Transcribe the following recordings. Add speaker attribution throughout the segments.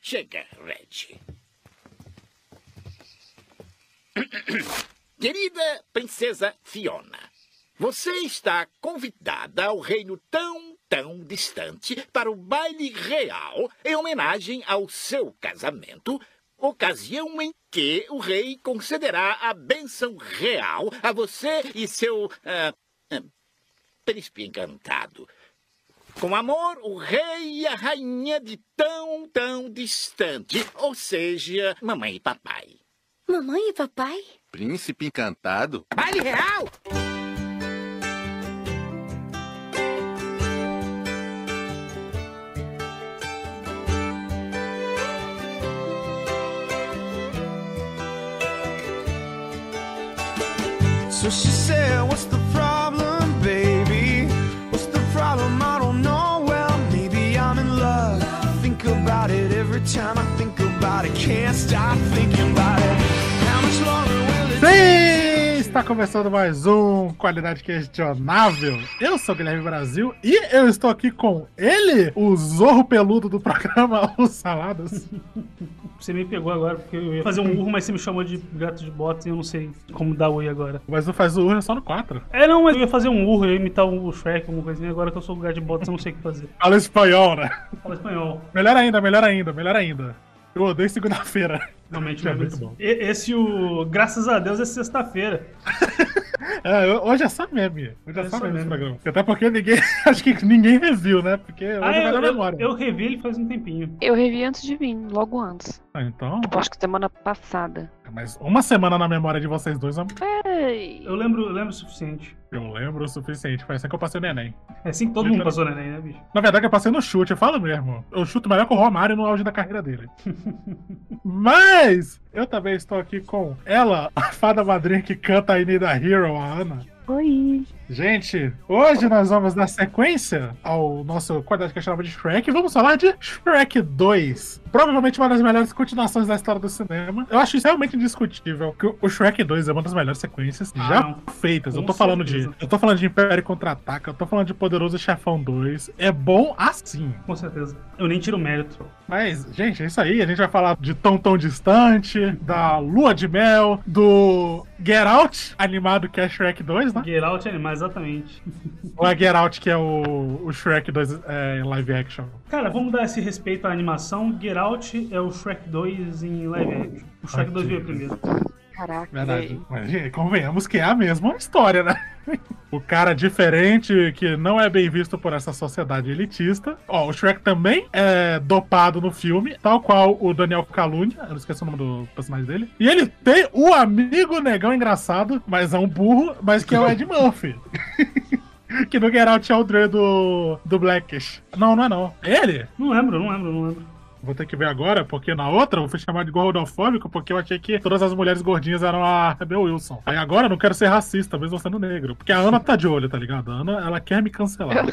Speaker 1: Chega, Reggie. Querida princesa Fiona, você está convidada ao reino tão, tão distante para o baile real em homenagem ao seu casamento, ocasião em que o rei concederá a bênção real a você e seu ah, ah, príncipe encantado. Com amor, o rei e a rainha de tão, tão distante, ou seja, mamãe e papai.
Speaker 2: Mamãe e papai?
Speaker 3: Príncipe encantado?
Speaker 1: Baile real?
Speaker 4: So she said, What's the problem, baby? What's the problem? I don't know. Well, maybe I'm in love. Think about it every time I think about it. Can't stop thinking about it. How much longer will it
Speaker 5: Sim! Está começando mais um Qualidade Questionável. Eu sou o Guilherme Brasil e eu estou aqui com ele, o zorro peludo do programa Os Salados.
Speaker 6: Você me pegou agora, porque eu ia fazer um urro, mas você me chamou de gato de botas e eu não sei como dar oi agora.
Speaker 5: Mas não faz o urna só no 4.
Speaker 6: É, não, mas eu ia fazer um urro, eu ia imitar o Shrek, alguma coisinha, agora que eu sou o gato de botas, eu não sei o que fazer.
Speaker 5: Fala espanhol, né?
Speaker 6: Fala espanhol.
Speaker 5: Melhor ainda, melhor ainda, melhor ainda. Eu odeio segunda-feira.
Speaker 6: Realmente,
Speaker 5: é
Speaker 6: meu
Speaker 5: muito
Speaker 6: Deus.
Speaker 5: bom.
Speaker 6: E- Esse, o graças a Deus, é sexta-feira.
Speaker 5: É, eu- hoje é só meme. Hoje é,
Speaker 6: É
Speaker 5: só
Speaker 6: só
Speaker 5: meme esse
Speaker 6: meme.
Speaker 5: programa. Até porque ninguém. Acho que ninguém reviu, né? Porque hoje
Speaker 6: Ah,
Speaker 5: vai
Speaker 6: eu,
Speaker 5: dar
Speaker 6: eu,
Speaker 5: memória.
Speaker 6: eu revi ele faz um tempinho.
Speaker 7: Eu revi antes de vir, logo antes.
Speaker 5: Ah, então.
Speaker 7: Tipo, acho que semana passada.
Speaker 5: Mas uma semana na memória de vocês dois, eu-
Speaker 7: Ei,
Speaker 6: Eu lembro, eu lembro o suficiente.
Speaker 5: eu lembro o suficiente. Foi assim que eu passei o neném.
Speaker 6: É assim que todo mundo passou, né, né, bicho?
Speaker 5: Na verdade, eu passei no chute, eu falo mesmo. Eu chuto melhor que o Romário no auge da carreira dele. Mas eu também estou aqui com ela, a fada madrinha que canta a I Need a Hero, a Ana.
Speaker 7: Oi.
Speaker 5: Gente, hoje nós vamos dar sequência ao nosso qualidade questionável de Shrek. Vamos falar de Shrek 2. Provavelmente uma das melhores continuações da história do cinema. Eu acho isso realmente indiscutível. Que o Shrek 2 é uma das melhores sequências
Speaker 6: Ah,
Speaker 5: já
Speaker 6: não.
Speaker 5: feitas. eu
Speaker 6: Com
Speaker 5: tô falando
Speaker 6: certeza.
Speaker 5: de. Eu tô falando de Império Contra-Ataca, eu tô falando de Poderoso Chefão 2. É bom assim.
Speaker 6: Com certeza. Eu nem tiro mérito.
Speaker 5: Mas, gente, é isso aí. A gente vai falar de Tão Tão Distante, da Lua de Mel, do Get Out, animado que é Shrek 2, né?
Speaker 6: Get out é animais, exatamente.
Speaker 5: Ou é Get Out, que é o, o Shrek 2 é, em live action.
Speaker 6: Cara, vamos dar esse respeito à animação. Get Out é o Shrek 2 em live action. O Shrek 2 veio primeiro.
Speaker 7: Caraca.
Speaker 5: Verdade.
Speaker 7: ei.
Speaker 5: Mas, gente, convenhamos que é a mesma história, né? O cara diferente, que não é bem visto por essa sociedade elitista. Ó, o Shrek também é dopado no filme, tal qual o Daniel Calunha, eu não esqueci o nome do personagem dele. E ele tem o amigo negão engraçado, mas é um burro, mas que é o Ed Murphy. que no Get Out é o Dre do, do Blackish. Não, não é não. É Ele?
Speaker 6: Não lembro, não lembro, não lembro.
Speaker 5: Vou ter que ver agora, porque na outra eu fui chamado de gordofóbico porque eu achei que todas as mulheres gordinhas eram a Rebel Wilson. Aí agora eu não quero ser racista, mesmo sendo negro. Porque a Ana tá de olho, tá ligado? A Ana, ela quer me cancelar.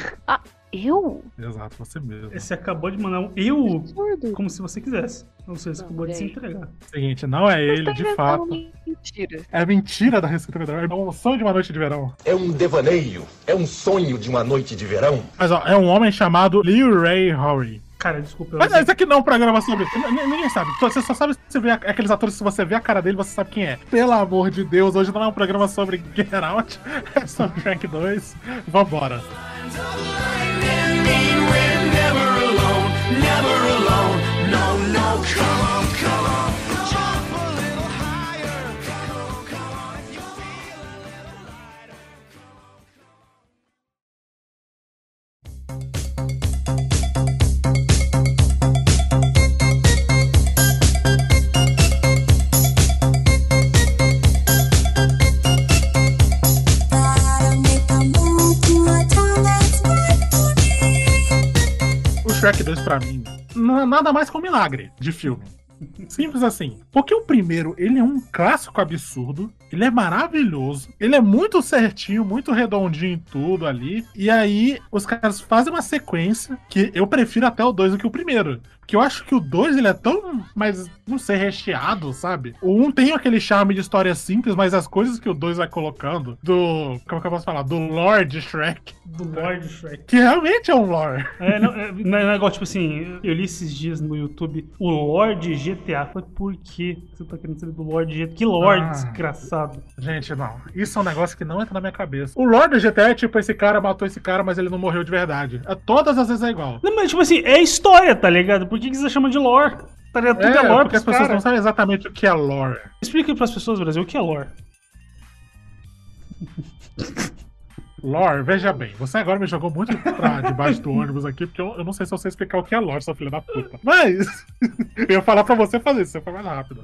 Speaker 7: Eu?
Speaker 5: Exato, você mesmo. É
Speaker 6: É, Você acabou de mandar um eu
Speaker 7: Absurdo.
Speaker 6: como se você quisesse. Não sei, você
Speaker 7: Não,
Speaker 6: acabou de se
Speaker 7: gente.
Speaker 6: entregar.
Speaker 5: Seguinte, não é ele,
Speaker 7: Tá
Speaker 5: de
Speaker 7: inventando
Speaker 5: fato.
Speaker 7: Mentira.
Speaker 5: É mentira da Receita Federal, é um sonho de uma noite de verão.
Speaker 8: É um devaneio, é um sonho de uma noite de verão.
Speaker 5: Mas ó, é um homem chamado Lil Ray Hory.
Speaker 6: Cara, desculpa. Eu
Speaker 5: Mas isso aqui não é um programa sobre. N- Ninguém sabe. Você só sabe se você vê a- aqueles atores, se você vê a cara dele, você sabe quem é. Pelo amor de Deus, hoje não é um programa sobre Get Out, é sobre Shrek 2. Vambora. O Shrek 2, pra mim, n- nada mais que um milagre de filme. Simples assim. Porque o primeiro, ele é um clássico absurdo. Ele é maravilhoso. Ele é muito certinho, muito redondinho em tudo ali. E aí, os caras fazem uma sequência que eu prefiro até o 2 do que o primeiro. Porque Que eu acho que o 2 ele é tão, mas não sei, recheado, sabe? O 1 um tem aquele charme de história simples, mas as coisas que o 2 vai colocando do. Como que eu posso falar? Do Lord Shrek.
Speaker 6: Do Lord Shrek.
Speaker 5: Que realmente é um lore.
Speaker 6: É, não, é, não é igual, tipo assim, eu li esses dias no YouTube o Lorde GTA. Foi por que você tá querendo saber do Lorde GTA? Que Lorde,
Speaker 5: Ah.
Speaker 6: desgraçado.
Speaker 5: Gente, não. Isso é um negócio que não entra na minha cabeça. O Lord do GTA é tipo, esse cara matou esse cara, mas ele não morreu de verdade. É, todas as vezes é igual.
Speaker 6: Não, mas tipo assim, é história, tá ligado? Por que, que você chama de lore? Tá ligado? Tudo é,
Speaker 5: É,
Speaker 6: lore
Speaker 5: porque as
Speaker 6: pros
Speaker 5: pessoas
Speaker 6: caras.
Speaker 5: não sabem exatamente o que é lore.
Speaker 6: Explica pras pessoas, Brasil, o que é lore?
Speaker 5: Lore, veja bem, você agora me jogou muito pra debaixo do ônibus aqui, porque eu, eu não sei se eu sei explicar o que é lore, seu filho da puta. Mas eu ia falar pra você fazer isso, você foi mais rápido.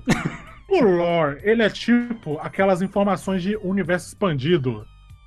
Speaker 5: O lore, ele é tipo aquelas informações de universo expandido.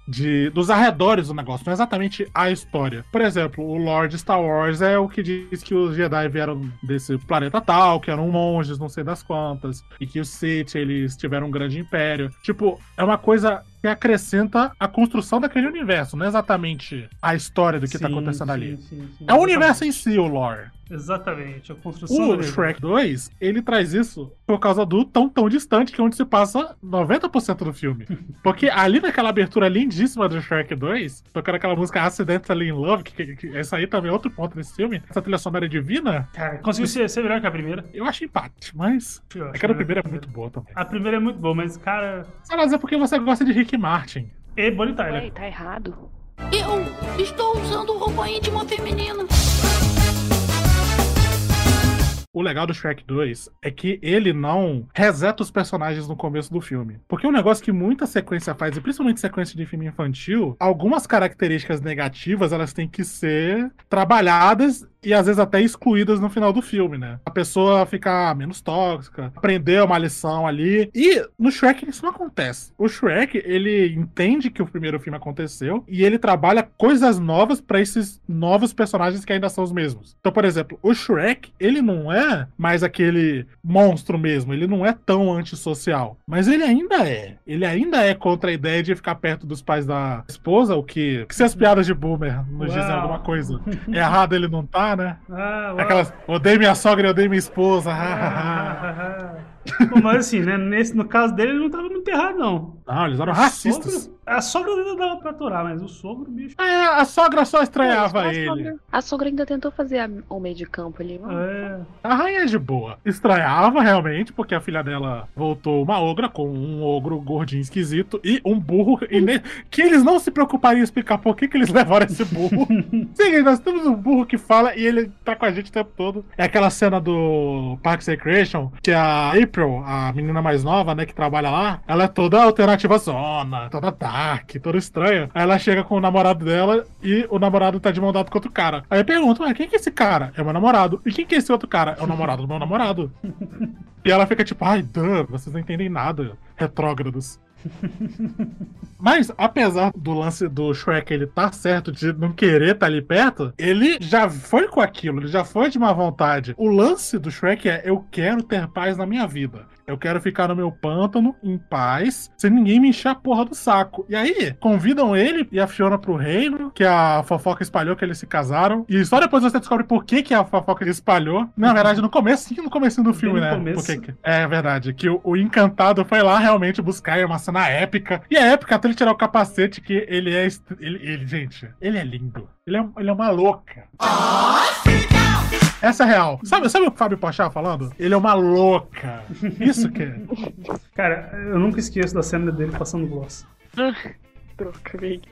Speaker 5: De, dos arredores do negócio, não é exatamente a história. Por exemplo, o Lord Star Wars é o que diz que os Jedi vieram desse planeta tal, que eram monges, não sei das quantas, e que os Sith, eles tiveram um grande império. Tipo, é uma coisa que acrescenta a construção daquele universo, não é exatamente a história do que tá
Speaker 6: Sim,
Speaker 5: acontecendo
Speaker 6: sim,
Speaker 5: ali.
Speaker 6: sim, sim.
Speaker 5: É o universo em si, o lore.
Speaker 6: Exatamente, a construção do
Speaker 5: O
Speaker 6: universo.
Speaker 5: Shrek 2, ele traz isso por causa do tão tão distante, que é onde se passa 90% do filme. Porque ali naquela abertura lindíssima do Shrek 2, tocando aquela música Accidentally in Love, que, que, que essa aí também é outro ponto desse filme, essa trilha sonora é divina,
Speaker 6: Cara, conseguiu ser, ser melhor que a primeira.
Speaker 5: eu acho empate, mas
Speaker 6: Eu acho
Speaker 5: aquela
Speaker 6: melhor
Speaker 5: primeira
Speaker 6: que
Speaker 5: é muito boa também.
Speaker 6: A primeira é muito boa, mas, cara,
Speaker 5: Só mas é porque você gosta de Rick Martin.
Speaker 6: é Bonnie Tyler.
Speaker 7: Ué, tá errado.
Speaker 2: Eu estou usando roupa íntima feminina.
Speaker 5: O legal do Shrek 2 é que ele não reseta os personagens no começo do filme. Porque é um negócio que muita sequência faz, e principalmente sequência de filme infantil, algumas características negativas elas têm que ser trabalhadas e às vezes até excluídas no final do filme, né? A pessoa ficar menos tóxica, aprender uma lição ali. E no Shrek isso não acontece. O Shrek, ele entende que o primeiro filme aconteceu e ele trabalha coisas novas pra esses novos personagens que ainda são os mesmos. Então, por exemplo, o Shrek, ele não é mais aquele monstro mesmo, ele não é tão antissocial, mas ele ainda é. Ele ainda é contra a ideia de ficar perto dos pais da esposa, o que, que se as piadas de boomer nos dizem
Speaker 6: Uau.
Speaker 5: alguma coisa. Errado ele não tá, né?
Speaker 6: Ah, uau.
Speaker 5: Aquelas, odeio minha sogra, eu odeio minha esposa. ha, ha, ha.
Speaker 6: Ah, ah, ah. Pô, mas assim, né? Nesse, no caso dele, ele não tava muito errado, não.
Speaker 5: não, eles eram
Speaker 6: O
Speaker 5: racistas.
Speaker 6: sogro- a sogra dele dava pra aturar, mas o sogro, bicho.
Speaker 5: É, a sogra só estranhava
Speaker 7: A
Speaker 5: ele.
Speaker 7: sogra- A sogra ainda tentou fazer a- o meio de campo ali. mas-
Speaker 6: É.
Speaker 5: A rainha é de boa. Estranhava realmente, porque a filha dela voltou uma ogra com um ogro gordinho esquisito e um burro. e ne- que eles não se preocupariam em explicar por que, que eles levaram esse burro. Sim, nós temos um burro que fala e ele tá com a gente o tempo todo. É aquela cena do Parks and Recreation, que a April, a menina mais nova, né, que trabalha lá, ela é toda alternativa zona, toda dark, toda estranha. Aí ela chega com o namorado dela e o namorado tá de mão dada com outro cara. Aí pergunta, ué, quem que é esse cara? É meu namorado. E quem que é esse outro cara? É o namorado do meu namorado. E ela fica tipo, ai, Dan, vocês não entendem nada, retrógrados. Mas, apesar do lance do Shrek ele tá certo de não querer tá ali perto, ele já foi com aquilo, ele já foi de má vontade. O lance do Shrek é: eu quero ter paz na minha vida. Eu quero ficar no meu pântano, em paz, sem ninguém me encher a porra do saco. E aí, convidam ele e a Fiona pro reino, que a fofoca espalhou que eles se casaram. E só depois você descobre por que, que a fofoca espalhou. Na verdade, no começo, no comecinho do filme,
Speaker 6: Bem no
Speaker 5: né?
Speaker 6: começo.
Speaker 5: Por que que- É verdade, que o, o encantado foi lá realmente buscar e é uma cena épica. E é épica até ele tirar o capacete, que ele é. est- Ele, ele- gente, ele é lindo. Ele é, ele é uma louca. Essa é real. Sabe, sabe o Fábio Pochá falando? Ele é uma louca. Isso que é.
Speaker 6: Cara, eu nunca esqueço da cena dele passando gloss.
Speaker 5: Ah.
Speaker 7: Troca, velho.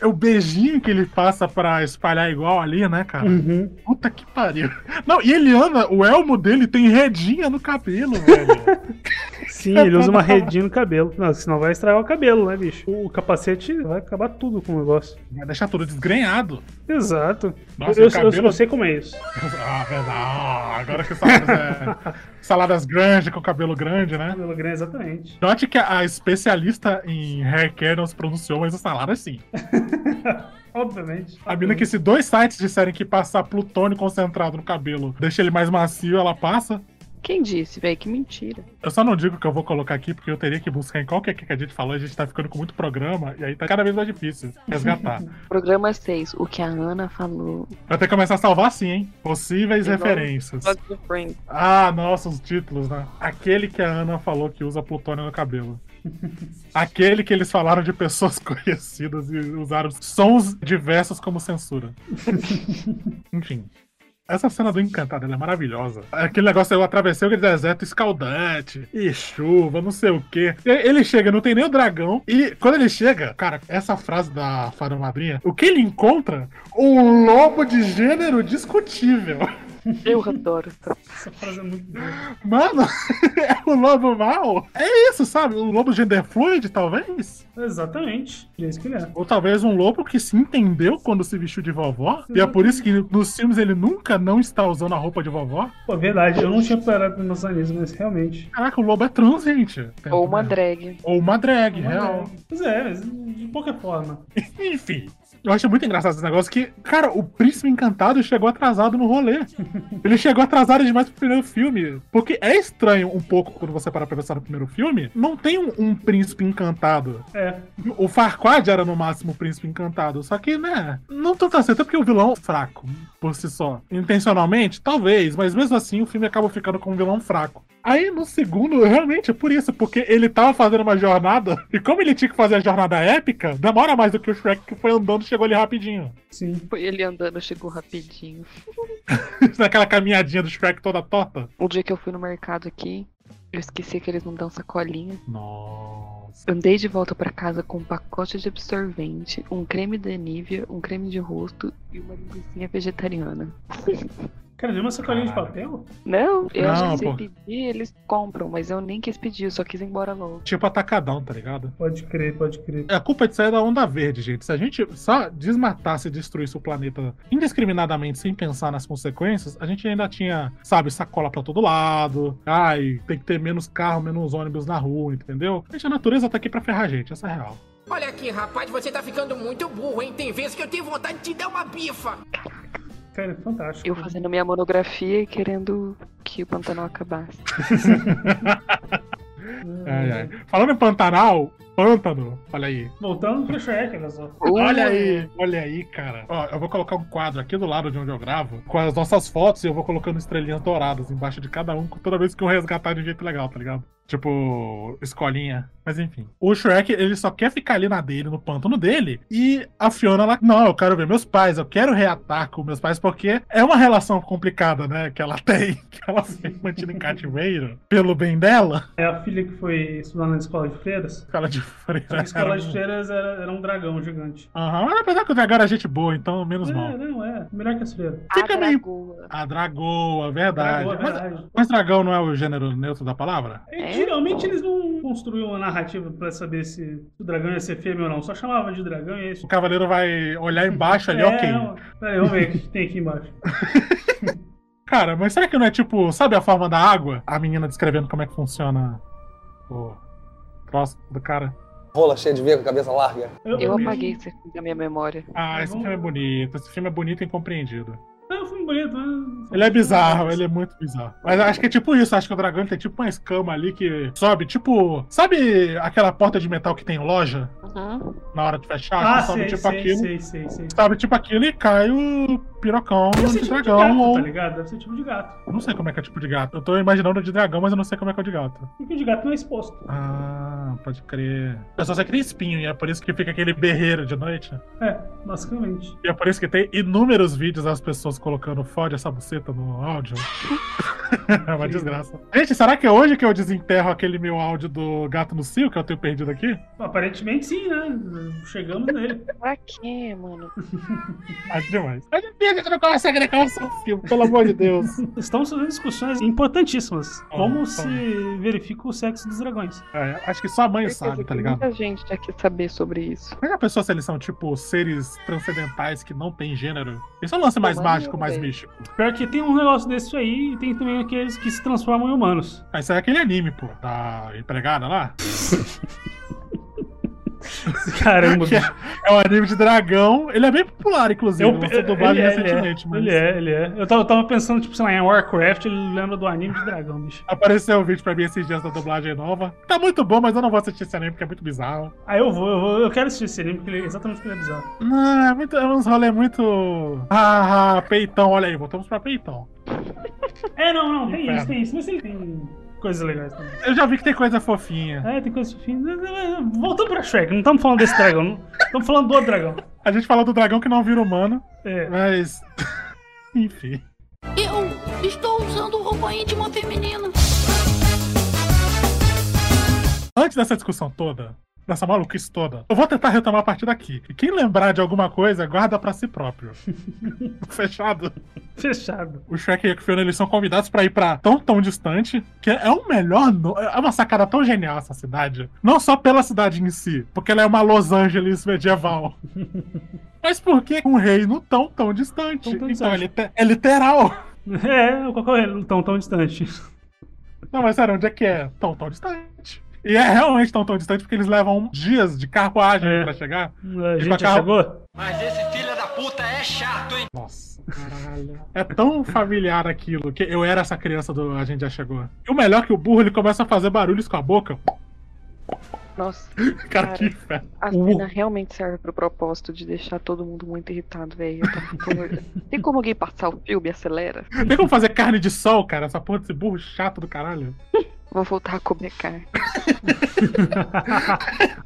Speaker 5: É o beijinho que ele passa pra espalhar igual ali, né, cara?
Speaker 6: Uhum.
Speaker 5: Puta que pariu. Não, e ele anda, o elmo dele tem redinha no cabelo, velho.
Speaker 6: Sim, ele usa uma redinha no cabelo. Não, senão vai estragar o cabelo, né, bicho? O capacete vai acabar tudo com o negócio.
Speaker 5: Vai deixar tudo desgrenhado.
Speaker 6: Exato.
Speaker 5: Nossa,
Speaker 6: eu,
Speaker 5: o cabelo-
Speaker 6: eu- eu sei como é isso.
Speaker 5: Ah, verdade. Ah, agora que saladas é. Saladas grandes, com cabelo grande, né?
Speaker 6: Cabelo grande, exatamente.
Speaker 5: Note que a especialista em haircare não se pronunciou, mas o salário é sim.
Speaker 6: Obviamente.
Speaker 5: A mina que se dois sites disserem que passar plutônio concentrado no cabelo deixa ele mais macio, ela passa.
Speaker 7: Quem disse, velho? Que mentira.
Speaker 5: Eu só não digo que eu vou colocar aqui, porque eu teria que buscar em qualquer que a gente falou, a gente tá ficando com muito programa, e aí tá cada vez mais difícil resgatar.
Speaker 7: Programa 6, o que a Ana falou.
Speaker 5: Vai ter que começar a salvar sim, hein? Possíveis
Speaker 7: Igual-
Speaker 5: referências.
Speaker 7: Plug the Friend.
Speaker 5: Ah, nossa, os títulos, né? Aquele que a Ana falou que usa plutônio no cabelo. Aquele que eles falaram de pessoas conhecidas e usaram sons diversos como censura. Enfim. Essa cena do Encantado, ela é maravilhosa. Aquele negócio, eu atravessei aquele deserto escaldante, e chuva, não sei o quê. E Ele chega, não tem nem o dragão, e quando ele chega, cara, essa frase da Fara Madrinha, o que ele encontra? Um lobo de gênero discutível.
Speaker 7: Eu adoro essa.
Speaker 6: Essa frase é muito boa.
Speaker 5: Mano, é o lobo mal? É isso, sabe? Um lobo gender fluid, talvez?
Speaker 6: Exatamente. É isso que ele é.
Speaker 5: Ou talvez um lobo que se entendeu quando se vestiu de vovó. E é por isso que nos filmes ele nunca não está usando a roupa de vovó.
Speaker 6: Pô, verdade, eu não tinha parado pra pensar nisso, mas realmente.
Speaker 5: Caraca, o lobo é trans, gente. um
Speaker 7: Ou uma drag.
Speaker 5: Ou uma drag, real.
Speaker 6: Pois é, mas de qualquer forma.
Speaker 5: Enfim. Eu acho muito engraçado esse negócio que, cara, o príncipe encantado chegou atrasado no rolê. Ele chegou atrasado demais pro primeiro filme. Porque é estranho um pouco quando você para pra pensar no primeiro filme. Não tem um- um príncipe encantado.
Speaker 6: É.
Speaker 5: O Farquaad era no máximo o príncipe encantado, só que, né, não tanto assim, até porque o vilão é fraco, por si só. Intencionalmente, talvez, mas mesmo assim o filme acaba ficando com um vilão fraco. Aí no segundo, realmente é por isso, porque ele tava fazendo uma jornada, e como ele tinha que fazer a jornada épica, demora mais do que o Shrek que foi andando e chegou ali rapidinho.
Speaker 6: Sim.
Speaker 7: Foi ele andando, chegou rapidinho.
Speaker 5: Naquela caminhadinha do Shrek toda torta.
Speaker 7: O dia que eu fui no mercado aqui, eu esqueci que eles não dão sacolinha.
Speaker 5: Nossa.
Speaker 7: Andei de volta pra casa com um pacote de absorvente, um creme da Nivea, um creme de rosto e uma linguiça vegetariana.
Speaker 6: Cara, deu uma sacolinha de
Speaker 5: Caralho.
Speaker 6: papel?
Speaker 7: Não, eu
Speaker 5: Não,
Speaker 7: não, se
Speaker 5: pô.
Speaker 7: pedir, eles compram, mas eu nem quis pedir, eu só quis ir embora logo.
Speaker 5: Tipo atacadão, tá ligado?
Speaker 6: Pode crer, pode crer.
Speaker 5: A culpa disso é da onda verde, gente. Se a gente só desmatasse e destruísse o planeta indiscriminadamente sem pensar nas consequências, a gente ainda tinha, sabe, sacola pra todo lado. Ai, tem que ter menos carro, menos ônibus na rua, entendeu? Gente, a natureza tá aqui pra ferrar a gente, essa é a real.
Speaker 9: Olha aqui, rapaz, você tá ficando muito burro, hein? Tem vezes que eu tenho vontade de te dar uma bifa.
Speaker 6: Cara, é fantástico.
Speaker 7: Eu fazendo minha monografia e querendo que o Pantanal acabasse.
Speaker 5: Ai, ai. Falando em Pantanal, pântano, olha aí.
Speaker 6: Voltando pro Shrek, olha só.
Speaker 5: Olha aí, olha aí, cara. Ó, eu vou colocar um quadro aqui do lado de onde eu gravo, com as nossas fotos, e eu vou colocando estrelinhas douradas embaixo de cada um, toda vez que eu resgatar de um jeito legal, tá ligado? Tipo, escolinha. Mas enfim. O Shrek, ele só quer ficar ali na dele, no pântano dele. E a Fiona, ela, não, eu quero ver meus pais, eu quero reatar com meus pais, porque é uma relação complicada, né? Que ela tem, que ela foi mantida em cativeiro pelo bem dela.
Speaker 6: É a filha que foi estudar na escola de freiras.
Speaker 5: Escola de
Speaker 6: Só
Speaker 5: freira.
Speaker 6: que a escola de
Speaker 5: era um-
Speaker 6: freiras era, era um dragão gigante.
Speaker 5: Aham, mas apesar que o dragão era gente boa, então menos
Speaker 6: É,
Speaker 5: mal.
Speaker 6: não, é. Melhor que as freiras.
Speaker 5: Fica
Speaker 7: a
Speaker 5: meio-
Speaker 7: dragoa.
Speaker 5: A dragoa, verdade.
Speaker 6: Dragão, é
Speaker 5: Mas-
Speaker 6: verdade.
Speaker 5: Mas, dragão não é o gênero neutro da palavra?
Speaker 7: É?
Speaker 6: E, Geralmente eles não construíam uma narrativa pra saber se o dragão ia ser fêmea ou não. Só chamava de dragão e é isso.
Speaker 5: O cavaleiro vai olhar embaixo ali,
Speaker 6: é,
Speaker 5: ok.
Speaker 6: não. Peraí, vamos ver o que tem aqui embaixo.
Speaker 5: Cara, mas será que não é tipo, sabe a forma da água? A menina descrevendo como é que funciona o troço do cara.
Speaker 10: Rola cheia de veia, cabeça larga.
Speaker 7: Eu apaguei isso aqui da minha memória.
Speaker 5: Ah, esse
Speaker 6: Tá bom.
Speaker 5: filme é bonito. Esse filme é bonito e incompreendido.
Speaker 6: Não, é um filme bonito, mas...
Speaker 5: Ele é bizarro, ele é muito bizarro. Mas acho que é tipo isso, acho que o dragão tem tipo uma escama ali que sobe, tipo. Sabe aquela porta de metal que tem em loja?
Speaker 7: Uhum.
Speaker 5: Na hora de fechar?
Speaker 6: Ah,
Speaker 5: que sobe
Speaker 6: sei,
Speaker 5: tipo
Speaker 6: sei,
Speaker 5: aquilo.
Speaker 6: sei, sei, sei.
Speaker 5: Sabe, tipo aquilo e cai o pirocão
Speaker 6: Deve
Speaker 5: de
Speaker 6: ser tipo de
Speaker 5: dragão.
Speaker 6: gato,
Speaker 5: ou...
Speaker 6: tá ligado? Deve ser tipo de gato.
Speaker 5: Eu não sei como é que é o tipo de gato. Eu tô imaginando de dragão, mas eu não sei como é que é o de gato.
Speaker 6: Porque o de gato não é exposto.
Speaker 5: Ah, pode crer. Eu só sei que tem espinho, e é por isso que fica aquele berreiro de noite.
Speaker 6: É, basicamente.
Speaker 5: E é por isso que tem inúmeros vídeos das pessoas colocando fode essa buceta no áudio. é uma desgraça. Gente, será que é hoje que eu desenterro aquele meu áudio do gato no cio que eu tenho perdido aqui?
Speaker 6: Aparentemente sim, né? Chegamos nele.
Speaker 7: Pra quê, mano?
Speaker 5: Acho É demais. Mas enfim, a gente não consegue gravar só um filme, pelo amor de Deus.
Speaker 6: Estamos fazendo discussões importantíssimas. Como
Speaker 5: Ah,
Speaker 6: se
Speaker 5: tá.
Speaker 6: verifica o sexo dos dragões.
Speaker 5: É, acho que só a mãe
Speaker 7: Certeza
Speaker 5: sabe, tá
Speaker 7: que
Speaker 5: ligado?
Speaker 7: Muita gente já quer saber sobre isso.
Speaker 5: Mas a pessoa, se eles são, tipo, seres transcendentais que não têm gênero, esse é um lance mais
Speaker 7: Humano,
Speaker 5: mágico, mais
Speaker 7: velho.
Speaker 5: místico.
Speaker 6: Pior que tem um negócio desse aí e tem também aqueles que se transformam em humanos.
Speaker 5: Mas isso é aquele anime, pô, da empregada lá.
Speaker 6: Caramba,
Speaker 5: Que é,
Speaker 6: bicho.
Speaker 5: é um anime de dragão. Ele é bem popular, inclusive.
Speaker 6: Eu,
Speaker 5: Eu, lançou dublagem
Speaker 6: ele é,
Speaker 5: recentemente.
Speaker 6: ele é,
Speaker 5: mas
Speaker 6: ele é, ele é. Eu tava, eu tava pensando, tipo, sei lá, em Warcraft, ele lembra do anime de dragão, bicho.
Speaker 5: Apareceu um vídeo pra mim esses dias da dublagem nova. Tá muito bom, mas eu não vou assistir esse anime porque é muito bizarro.
Speaker 6: Aí Ah, eu vou, eu vou, eu quero assistir esse anime, porque ele, exatamente porque ele é bizarro.
Speaker 5: Não, é, muito, é uns rolê muito. Ah, ah, peitão, olha aí, voltamos pra peitão.
Speaker 6: É, não, não, tem
Speaker 5: Inferno.
Speaker 6: isso, tem isso. Mas ele tem coisas legais também.
Speaker 5: Eu já vi que tem coisa fofinha.
Speaker 6: É, tem coisas fofinhas. Voltando pra Shrek, não estamos falando desse dragão, não. Estamos falando do outro dragão.
Speaker 5: A gente falou do dragão que não vira humano,
Speaker 6: É.
Speaker 5: mas. Enfim.
Speaker 2: Eu estou usando roupa íntima feminina.
Speaker 5: Antes dessa discussão toda, dessa maluquice toda, eu vou tentar retomar a partir daqui. E quem lembrar de alguma coisa, guarda pra si próprio. Fechado?
Speaker 6: Fechado.
Speaker 5: O Shrek e a Fiona eles são convidados pra ir pra tão tão distante, que é o melhor. no- É uma sacada tão genial essa cidade. Não só pela cidade em si, porque ela é uma Los Angeles medieval. Mas por que um reino tão tão distante?
Speaker 6: Tão,
Speaker 5: então,
Speaker 6: tão distante.
Speaker 5: é lite- é literal.
Speaker 6: É, qual que é o tão, tão distante?
Speaker 5: Não, mas sério, onde é que é? Tão tão distante. E é realmente tão tão distante porque eles levam dias de carruagem
Speaker 6: É.
Speaker 5: pra chegar.
Speaker 6: A
Speaker 5: com a
Speaker 6: gente já
Speaker 5: carro-
Speaker 6: chegou?
Speaker 8: Mas esse filho da puta é chato, hein?
Speaker 5: Nossa, caralho. É tão familiar aquilo que eu era essa criança do A gente já chegou. E o melhor é que o burro ele começa a fazer barulhos com a boca.
Speaker 7: Nossa,
Speaker 5: Cara,
Speaker 7: Cara.
Speaker 5: que inferno.
Speaker 7: a cena realmente serve pro propósito de deixar todo mundo muito irritado, velho. Eu tava com- Tem como alguém passar o filme e acelera?
Speaker 5: Tem como fazer carne de sol, cara? Essa porra desse burro chato do caralho.
Speaker 7: Vou voltar a comer carne.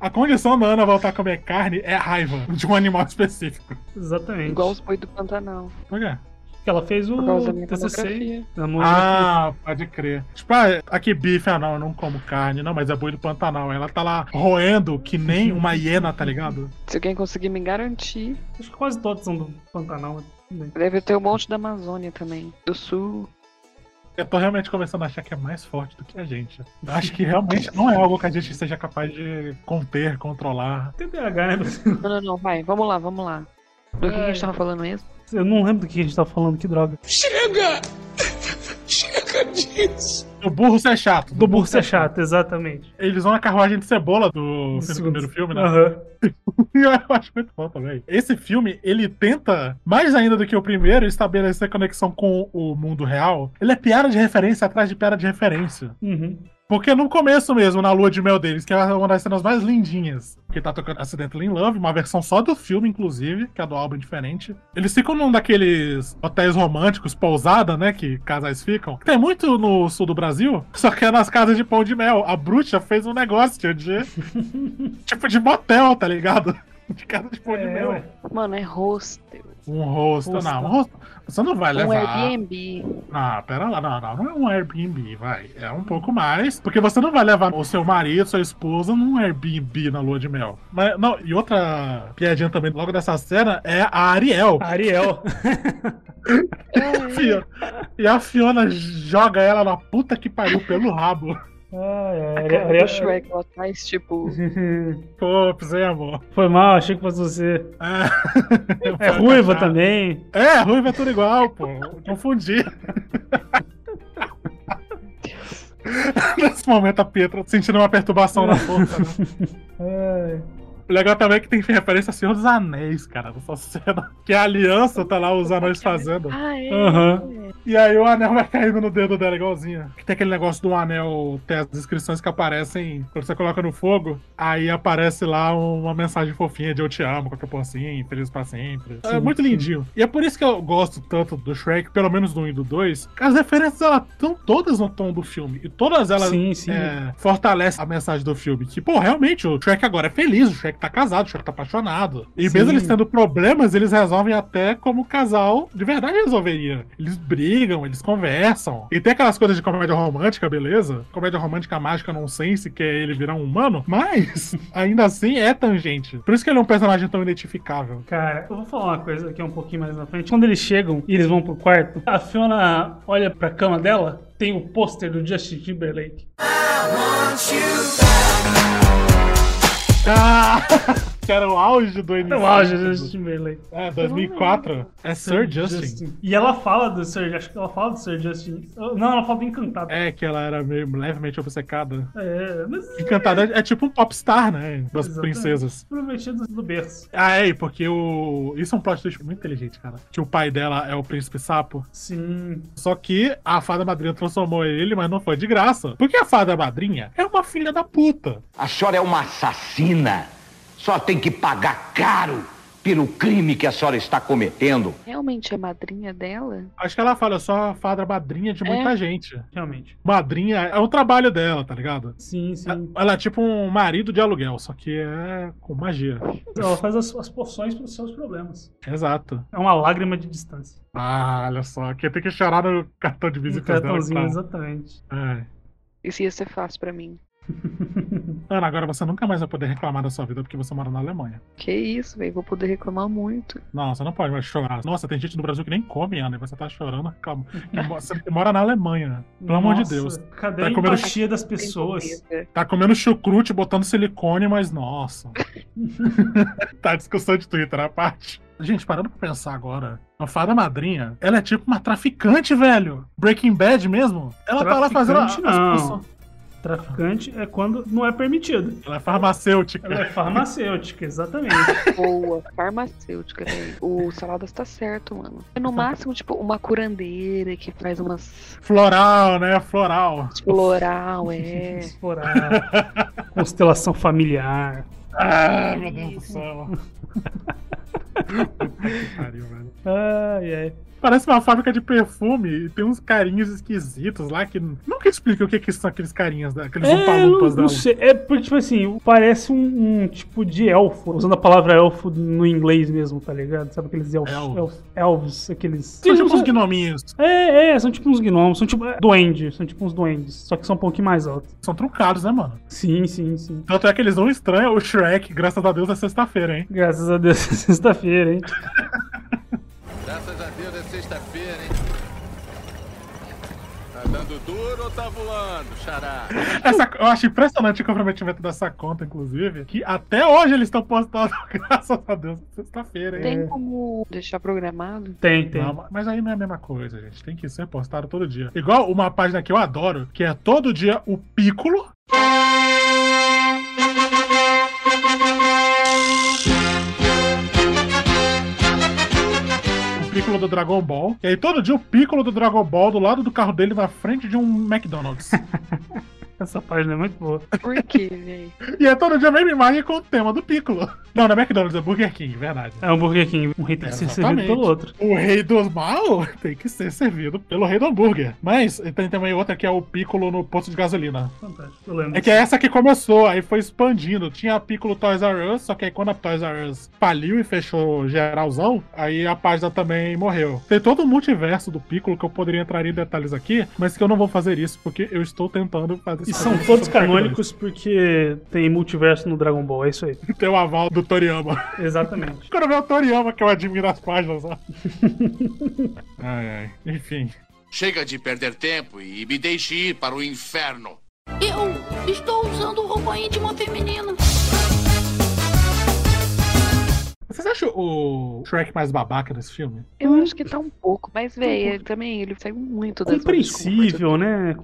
Speaker 5: A condição da Ana voltar a comer carne é a raiva de um animal específico.
Speaker 6: Exatamente.
Speaker 7: Igual os boi do Pantanal.
Speaker 5: Por quê?
Speaker 6: Porque ela fez o
Speaker 7: Por causa da minha
Speaker 6: TCC.
Speaker 7: pornografia.
Speaker 6: da monografia.
Speaker 5: Ah, pode crer. Tipo, ah, aqui bife, ah não, eu não como carne. Não, mas é boi do Pantanal. Ela tá lá roendo que nem uma hiena, tá ligado?
Speaker 7: Se alguém conseguir me garantir,
Speaker 6: Acho que quase todos são do Pantanal. mas tudo bem.
Speaker 7: deve ter um monte da Amazônia também. Do sul.
Speaker 5: Eu tô realmente começando a achar que é mais forte do que a gente. Eu Acho que realmente não é algo que a gente seja capaz de conter, controlar.
Speaker 6: Tem TDAH, né? Brasil?
Speaker 7: Não, não, não, vai. Vamos lá, vamos lá. Do que, que a
Speaker 6: Ai.
Speaker 7: gente tava falando mesmo?
Speaker 6: Eu não lembro do que a gente tava falando, que droga.
Speaker 5: O burro ser chato.
Speaker 6: Do burro ser chato, exatamente.
Speaker 5: Eles vão na carruagem de cebola do,
Speaker 6: Do
Speaker 5: primeiro filme, né?
Speaker 6: Aham.
Speaker 5: E eu acho muito bom também. Esse filme, ele tenta, mais ainda do que o primeiro, estabelecer conexão com o mundo real. Ele é piada de referência atrás de piada de referência.
Speaker 6: Uhum.
Speaker 5: Porque no começo mesmo, na lua de mel deles, que é uma das cenas mais lindinhas, que tá tocando Accidentally in Love, uma versão só do filme, inclusive, que é do álbum diferente. Eles ficam num daqueles hotéis românticos, pousada, né, que casais ficam. Tem muito no sul do Brasil, só que é nas casas de pão de mel. A bruxa fez um negócio de... tipo de motel, tá ligado? De casa de pão de
Speaker 6: É,
Speaker 5: mel.
Speaker 6: ué.
Speaker 7: Mano, é hostel.
Speaker 5: Um hostel,
Speaker 6: Hostel.
Speaker 5: não, um hostel. Você não vai
Speaker 7: Um
Speaker 5: levar.
Speaker 7: Airbnb.
Speaker 5: Ah, pera lá, não, não, não é um Airbnb, vai. É um pouco mais, porque você não vai levar o seu marido, sua esposa num Airbnb na lua de mel. Mas, não, e outra piadinha também, logo dessa cena, é a Ariel.
Speaker 6: Ariel.
Speaker 5: Fio- E a Fiona joga ela na puta que pariu pelo rabo.
Speaker 6: Ah, é,
Speaker 7: A
Speaker 6: Ariel.
Speaker 7: cara
Speaker 6: Ariel-
Speaker 7: do Shrek, ela faz tipo.
Speaker 5: Pô, hein, amor.
Speaker 6: Foi mal, achei que fosse você.
Speaker 5: É,
Speaker 6: É ruiva também.
Speaker 5: É, ruiva é tudo igual, pô. Confundi. Nesse momento a Pietra sentindo uma perturbação na força, né?
Speaker 6: Ai.
Speaker 5: O legal também é que tem referência a Senhor dos Anéis, cara, nessa cena. Que a aliança tá lá os anões fazendo.
Speaker 7: Ah, é.
Speaker 6: Aham.
Speaker 5: E aí o anel vai caindo no dedo dela, igualzinho. Que tem aquele negócio do anel, tem as inscrições que aparecem quando você coloca no fogo. Aí aparece lá uma mensagem fofinha de eu te amo, qualquer porra assim, feliz pra sempre. é
Speaker 6: Sim,
Speaker 5: muito
Speaker 6: sim.
Speaker 5: lindinho. E é por isso que eu gosto tanto do Shrek, pelo menos do 1 e do 2. que As referências, elas estão todas no tom do filme. E todas elas
Speaker 6: Sim, sim.
Speaker 5: é, fortalece a mensagem do filme. Que, pô, realmente, o Shrek agora é feliz, o Shrek tá casado, o Shrek tá apaixonado. E
Speaker 6: Sim.
Speaker 5: mesmo eles tendo problemas, eles resolvem até como o casal de verdade resolveria. Eles brigam, eles conversam. E tem aquelas coisas de comédia romântica, beleza? Comédia romântica mágica nonsense, que é ele virar um humano, mas ainda assim é tangente. Por isso que ele é um personagem tão identificável.
Speaker 6: Cara, eu vou falar uma coisa aqui um pouquinho mais na frente. Quando eles chegam e eles vão pro quarto, a Fiona olha pra cama dela, tem o pôster do Justin Timberlake.
Speaker 5: Ah! que era o auge do MC.
Speaker 6: Era o auge do Justin Timberlake.
Speaker 5: É, 2004. É Sir Justin.
Speaker 6: E ela fala do Sir, acho que ela fala do Sir Justin. Não, ela fala do Encantado. É,
Speaker 5: É, que ela era meio levemente obcecada.
Speaker 6: mas
Speaker 5: Encantada é, é tipo um popstar, né? Das
Speaker 6: Exatamente.
Speaker 5: princesas.
Speaker 6: prometidos do berço.
Speaker 5: Ah, é, e porque o. Isso é um plot twist muito inteligente, cara. Que o pai dela é o príncipe sapo.
Speaker 6: Sim.
Speaker 5: Só que a fada madrinha transformou ele, mas não foi de graça. Porque a fada madrinha é uma filha da puta.
Speaker 8: A senhora é uma assassina. Só tem que pagar caro pelo crime que a senhora está cometendo.
Speaker 7: Realmente a madrinha dela?
Speaker 5: Acho que ela fala, eu sou a fada madrinha
Speaker 6: É.
Speaker 5: de muita gente.
Speaker 6: Realmente.
Speaker 5: Madrinha é o trabalho dela, tá ligado?
Speaker 6: Sim, sim.
Speaker 5: Ela- Ela é tipo um marido de aluguel, só que é com magia.
Speaker 6: Ela faz as, as poções para os seus problemas.
Speaker 5: Exato.
Speaker 6: É uma lágrima de distância.
Speaker 5: Ah, olha só. Quem tem que chorar no cartão de
Speaker 6: Um
Speaker 5: visita dela.
Speaker 6: cartãozinho,
Speaker 5: Tá.
Speaker 6: exatamente.
Speaker 5: Ai.
Speaker 7: Isso ia ser fácil pra mim.
Speaker 5: Ana, agora você nunca mais vai poder reclamar da sua vida porque você mora na Alemanha.
Speaker 7: Que isso, velho. Vou poder reclamar muito.
Speaker 5: Não, você não pode mais chorar. Nossa, tem gente no Brasil que nem come, Ana, e você tá chorando, reclamando. Que mo- Você mora na Alemanha. Pelo amor de
Speaker 6: Nossa,
Speaker 5: Deus.
Speaker 6: Cadê
Speaker 5: Tá
Speaker 6: a
Speaker 5: comendo
Speaker 6: empatia das pessoas?
Speaker 7: Tem
Speaker 5: Tá comendo chucrute, botando silicone, mas nossa. tá discussão de Twitter à parte. Gente, parando pra pensar agora, a fada madrinha, ela é tipo uma traficante, velho. Breaking Bad mesmo. Ela tá lá fazendo a-
Speaker 6: Traficante,
Speaker 5: as
Speaker 6: não.
Speaker 5: poções.
Speaker 6: Traficante é quando não é permitido.
Speaker 5: Ela é farmacêutica.
Speaker 6: Ela é farmacêutica, exatamente.
Speaker 7: Boa, farmacêutica, velho. O Saladas tá certo, mano. É no máximo, tipo, uma curandeira que faz
Speaker 6: é
Speaker 7: umas tipo,
Speaker 5: Floral, né? Floral.
Speaker 7: floral, é.
Speaker 6: Explorar. Constelação familiar.
Speaker 5: Ah, meu Deus do céu. Puta que pariu, velho.
Speaker 6: Ai, ai.
Speaker 5: Parece uma fábrica de perfume e tem uns carinhos esquisitos lá que nunca explica o que, que são aqueles carinhas, da- aqueles
Speaker 6: É, não,
Speaker 5: umpalupas
Speaker 6: não
Speaker 5: um dela.
Speaker 6: sei. É porque, tipo assim, parece um, um tipo de elfo. Usando a palavra elfo no inglês mesmo, tá ligado? Sabe aqueles elfos?
Speaker 5: Elfos.
Speaker 6: Elfos, elfos aqueles.
Speaker 5: São tipo uns gnominhos.
Speaker 6: É, é, são tipo uns gnomos, são tipo é, duendes, são tipo uns duendes, só que são um pouquinho mais altos.
Speaker 5: São truncados, né, mano?
Speaker 6: Sim, sim, sim.
Speaker 5: Tanto é que eles não estranham o Shrek, graças a Deus, é sexta-feira, hein?
Speaker 6: Graças a Deus, é sexta-feira, hein?
Speaker 3: Graças a Deus é sexta-feira, hein? Tá dando duro ou tá voando, xará?
Speaker 5: Essa- eu acho impressionante o comprometimento dessa conta, inclusive, que até hoje eles estão postando, graças a Deus, é sexta-feira, hein?
Speaker 7: Tem como deixar programado?
Speaker 6: Tem, tem.
Speaker 5: Não, mas aí não é a mesma coisa, gente. Tem que ser postado todo dia. Igual uma página que eu adoro, que é todo dia o Piccolo. o Piccolo do Dragon Ball. E aí todo dia o Piccolo do Dragon Ball do lado do carro dele na frente de um McDonald's.
Speaker 6: Essa página é muito boa.
Speaker 7: Por quê, velho?
Speaker 5: e é todo dia a mesma imagem com o tema do Piccolo. Não, não é McDonald's, é Burger King, verdade.
Speaker 6: É um Burger King, um rei tem que ser servido
Speaker 5: Exatamente.
Speaker 6: pelo outro.
Speaker 5: O rei dos mal tem que ser servido pelo rei do hambúrguer. Mas tem também outra que é o Piccolo no posto de gasolina.
Speaker 6: Fantástico, eu lembro.
Speaker 5: É que é essa que começou, aí foi expandindo. Tinha a Piccolo Toys R Us, só que aí quando a Toys R Us faliu e fechou geralzão, aí a página também morreu. Tem todo um multiverso do Piccolo que eu poderia entrar em detalhes aqui, mas que eu não vou fazer isso, porque eu estou tentando fazer
Speaker 6: E
Speaker 5: isso.
Speaker 6: são todos canônicos porque tem multiverso no Dragon Ball, é isso aí.
Speaker 5: Tem o aval do Toriyama.
Speaker 6: Exatamente.
Speaker 5: Quando eu vejo o Toriyama, que eu admiro as páginas, ó. ai, ai. Enfim.
Speaker 3: Chega de perder tempo e me deixe ir para o inferno.
Speaker 2: Eu estou usando roupa íntima feminina.
Speaker 5: Vocês acham o Shrek mais babaca nesse filme?
Speaker 7: Eu acho que tá um pouco, mas, velho, também ele saiu muito das zonas de conforto
Speaker 6: Compreensível, né?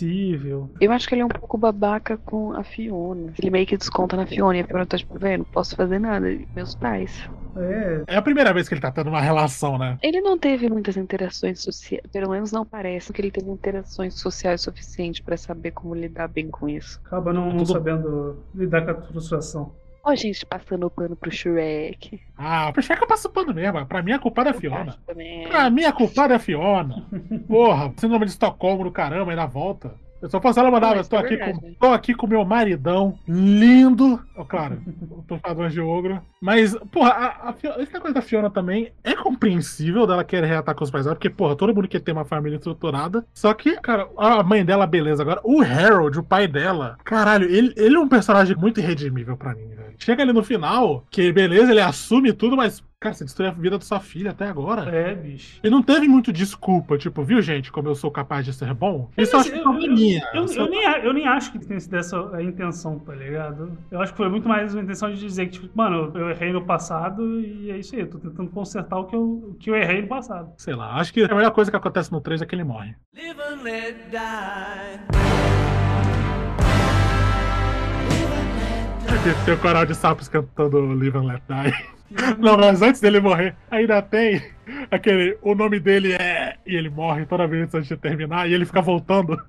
Speaker 6: Compreensível.
Speaker 7: Eu acho que ele é um pouco babaca com a Fiona. Ele meio que desconta na Fiona e a Fiona tá tipo, velho, não posso fazer nada. e Meus pais.
Speaker 6: É.
Speaker 5: É a primeira vez que ele tá tendo uma relação, né?
Speaker 7: Ele não teve muitas interações sociais, pelo menos não parece que ele teve interações sociais suficientes pra saber como lidar bem com isso.
Speaker 6: Acaba não, não
Speaker 5: Tudo-
Speaker 6: sabendo lidar com a frustração.
Speaker 7: Ó, gente, passando o pano pro Shrek.
Speaker 5: Ah, pro Shrek eu passo pano mesmo. Pra mim a culpada é a Fiona.
Speaker 7: Acho também.
Speaker 5: Pra mim a culpada é a Fiona. Porra, síndrome de Estocolmo do caramba, aí na volta. Eu só posso ela mandar,
Speaker 7: Não,
Speaker 5: eu
Speaker 7: isso
Speaker 5: tô
Speaker 7: é
Speaker 5: aqui, com,
Speaker 7: verdade.
Speaker 5: tô aqui com meu maridão, lindo. Ó, claro, tô falando de ogro. Mas, porra, a, a Fiona, essa coisa da Fiona também é compreensível dela querer reatar com os pais dela, porque, porra, todo mundo quer ter uma família estruturada. Só que, cara, a mãe dela, beleza. Agora, o Harold, o pai dela, caralho, ele, ele é um personagem muito irredimível pra mim, velho. Chega ali no final, que beleza, ele assume tudo, mas Cara, você destruiu a vida da sua filha até agora.
Speaker 6: É, bicho.
Speaker 5: E não teve muito desculpa, tipo, viu, gente, como eu sou capaz de ser bom? Isso eu acho que é
Speaker 6: assim, eu, eu,
Speaker 5: probleminha.
Speaker 6: eu-
Speaker 5: sabe?
Speaker 6: eu nem, a- eu nem acho que tenha sido essa a intenção, tá ligado? Eu acho que foi muito mais uma intenção de dizer que, tipo, mano, eu errei no passado e é isso aí, eu tô tentando consertar o que eu, o que eu errei no passado.
Speaker 5: Sei lá, acho que a melhor coisa que acontece no 3 é que ele morre. Tem- Tem o coral de sapos cantando Live and Let Die. Não, mas antes dele morrer, ainda tem aquele. O nome dele é. E ele morre toda vez antes de terminar, e ele fica voltando.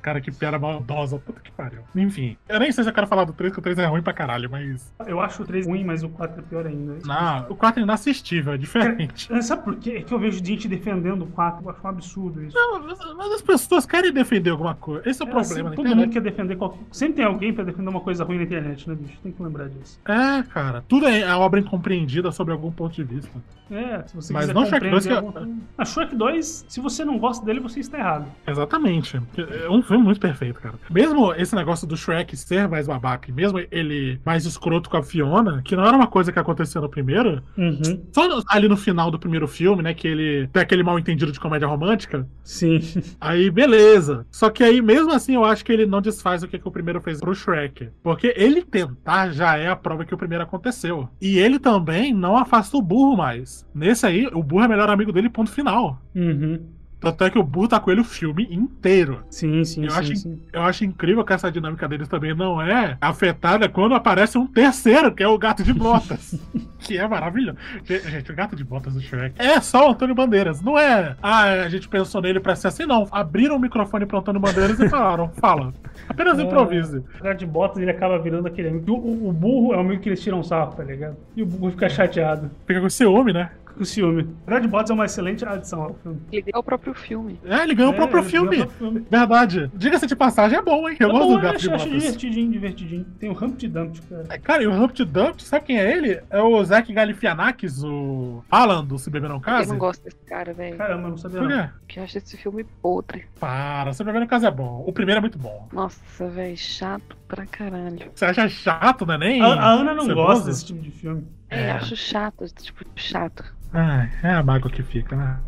Speaker 5: Cara, que piada maldosa, puta que pariu. Enfim, eu nem sei se eu quero falar do 3, que o 3 é ruim pra caralho, mas.
Speaker 6: Eu acho o 3 ruim, mas o 4 é pior ainda.
Speaker 5: Não, o 4 é inassistível, é diferente.
Speaker 6: Cara, Sabe por quê? É que eu vejo gente defendendo o 4, eu acho um absurdo isso.
Speaker 5: Não, mas, mas as pessoas querem defender alguma coisa. Esse é o
Speaker 6: É,
Speaker 5: problema,
Speaker 6: assim,
Speaker 5: né?
Speaker 6: todo mundo quer defender qualquer... Sempre tem alguém pra defender uma coisa ruim na internet, né, bicho? Tem que lembrar disso.
Speaker 5: É, cara, tudo é a obra incompreendida sobre algum ponto de vista.
Speaker 6: É, se você
Speaker 5: Mas
Speaker 6: quiser
Speaker 5: não Shrek
Speaker 6: compreender
Speaker 5: 2 que é-
Speaker 6: alguma coisa- Ah, Shrek 2, se você não gosta dele, você está errado.
Speaker 5: Exatamente. É um filme muito perfeito, cara. Mesmo esse negócio do Shrek ser mais babaca, e mesmo ele mais escroto com a Fiona, que não era uma coisa que acontecia no primeiro,
Speaker 6: Uhum.
Speaker 5: só no- ali no final do primeiro filme, né, que ele tem aquele mal entendido de comédia romântica,
Speaker 6: Sim.
Speaker 5: aí beleza. Só que aí, mesmo assim, eu acho que ele não desfaz o que, que o primeiro fez pro Shrek. Porque ele tentar já é a prova que o primeiro aconteceu. E ele também não afasta o burro mais. Nesse aí, o burro é o melhor amigo dele, ponto final.
Speaker 6: Uhum.
Speaker 5: Tanto é que o burro tá com ele o filme inteiro.
Speaker 6: Sim, sim,
Speaker 5: Eu
Speaker 6: sim,
Speaker 5: acho-
Speaker 6: sim.
Speaker 5: Eu acho incrível que essa dinâmica deles também não é afetada quando aparece um terceiro, que é o gato de botas. que é maravilhoso. Ge- Gente, o gato de botas do Shrek é só o Antônio Bandeiras, não é? Ah, a gente pensou nele pra ser assim, não. Abriram o microfone pro Antônio Bandeiras e falaram: fala. Apenas improvise.
Speaker 6: O cara de botas, ele acaba virando aquele amigo. O, o- o burro é o amigo que eles tiram sarro, tá ligado? E o burro fica chateado.
Speaker 5: Fica com ciúme, né?
Speaker 6: Fica com ciúme. O cara de botas é uma excelente adição ao filme.
Speaker 7: Ele é o próprio filme.
Speaker 5: É, ele ganhou o
Speaker 6: É,
Speaker 5: próprio
Speaker 6: ele
Speaker 5: filme.
Speaker 6: ganhou o próprio filme.
Speaker 5: Verdade. Diga-se de passagem, é bom, hein? Eu
Speaker 6: Tá
Speaker 5: gosto
Speaker 6: bom,
Speaker 5: do
Speaker 6: eu
Speaker 5: gato de
Speaker 6: acho, acho
Speaker 5: botas.
Speaker 6: divertidinho, divertidinho. Tem o Humpty Dumpty, cara.
Speaker 5: É, Cara, e o Humpty Dumpty, sabe quem é ele? É o Zack Galifianakis, o Alan do Se Beber Não
Speaker 7: Eu
Speaker 5: Case.
Speaker 7: não gosto desse cara, velho.
Speaker 6: Caramba, não sabia
Speaker 5: Por
Speaker 6: não.
Speaker 5: quê?
Speaker 7: Porque eu acho esse filme podre.
Speaker 5: Para, seu primeiro caso é bom. O primeiro é muito bom.
Speaker 7: Nossa, velho, chato pra caralho.
Speaker 5: Você acha chato, né? Nem.
Speaker 6: A, a Ana não
Speaker 5: ceboso?
Speaker 6: gosta desse tipo de filme.
Speaker 7: É, eu acho chato, tipo, chato.
Speaker 5: Ai, é a mágoa que fica, né?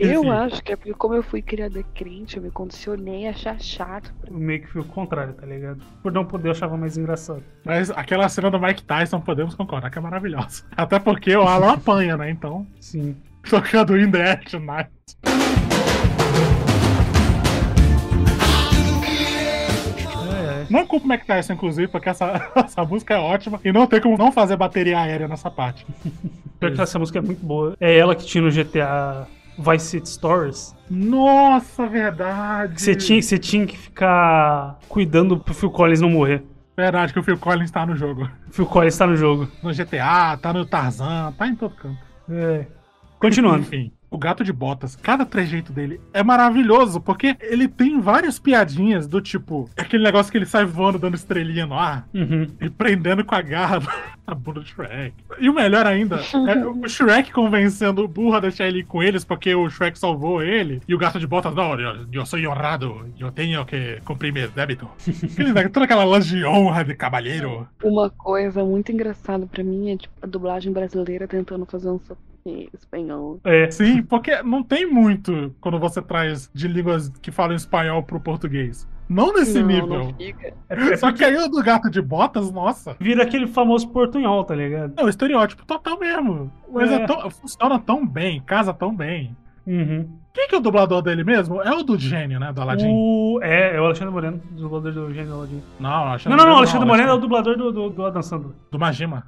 Speaker 7: Eu
Speaker 5: Enfim.
Speaker 7: acho que é porque como eu fui criada crente, eu me condicionei a achar chato.
Speaker 6: Eu meio que fui o contrário, tá ligado? Por não poder, eu achava mais engraçado.
Speaker 5: Mas aquela cena do Mike Tyson, podemos concordar que é maravilhosa. Até porque o Alan apanha, né? Então,
Speaker 6: Sim.
Speaker 5: tocando né? In The Air Tonight.
Speaker 6: É.
Speaker 5: Não culpa o Mike Tyson, inclusive, porque essa, essa música é ótima e não tem como não fazer bateria aérea nessa parte.
Speaker 6: Pior que essa música é muito boa. É ela que tinha no GTA Vice City Stories.
Speaker 5: Nossa, verdade!
Speaker 6: Que Você tinha, você tinha que ficar cuidando pro Phil Collins não morrer.
Speaker 5: Verdade que o Phil Collins tá no jogo.
Speaker 6: O Phil Collins tá no jogo.
Speaker 5: no GTA, tá no Tarzan, tá em todo canto.
Speaker 6: É. Continuando.
Speaker 5: Enfim, o gato de botas, cada trejeito dele é maravilhoso, porque ele tem várias piadinhas do tipo, aquele negócio que ele sai voando dando estrelinha no ar
Speaker 6: Uhum.
Speaker 5: e prendendo com a garra na bunda do Shrek. E o melhor ainda, é o Shrek convencendo o burro a deixar ele ir com eles, porque o Shrek salvou ele, e o gato de botas, não, eu, eu sou honrado, eu tenho que cumprir meu débito. Aquele- Toda aquela lanche de honra de cavalheiro.
Speaker 7: Uma coisa muito engraçada pra mim é tipo, a dublagem brasileira tentando fazer um sotaque espanhol.
Speaker 6: É.
Speaker 5: Sim, porque não tem muito quando você traz de línguas que falam espanhol pro português. Não nesse
Speaker 7: não,
Speaker 5: nível.
Speaker 7: não fica.
Speaker 6: É
Speaker 5: Só que aí o do gato de botas, nossa.
Speaker 6: Vira aquele famoso portunhol, tá ligado?
Speaker 5: É um estereótipo total mesmo. Mas é
Speaker 6: É.
Speaker 5: tão- funciona tão bem, casa tão bem.
Speaker 6: Uhum.
Speaker 5: Quem que é o dublador dele mesmo? É o do gênio, né? Do Aladdin.
Speaker 6: O... É, é o Alexandre Moreno, dublador do Gênio Aladdin.
Speaker 5: Não, Alexandre
Speaker 6: Não, não,
Speaker 5: Moreira
Speaker 6: não, Alexandre Moreno é o
Speaker 5: Alexandre-
Speaker 6: dublador do, do, do Adam Sandler.
Speaker 5: Do Majima.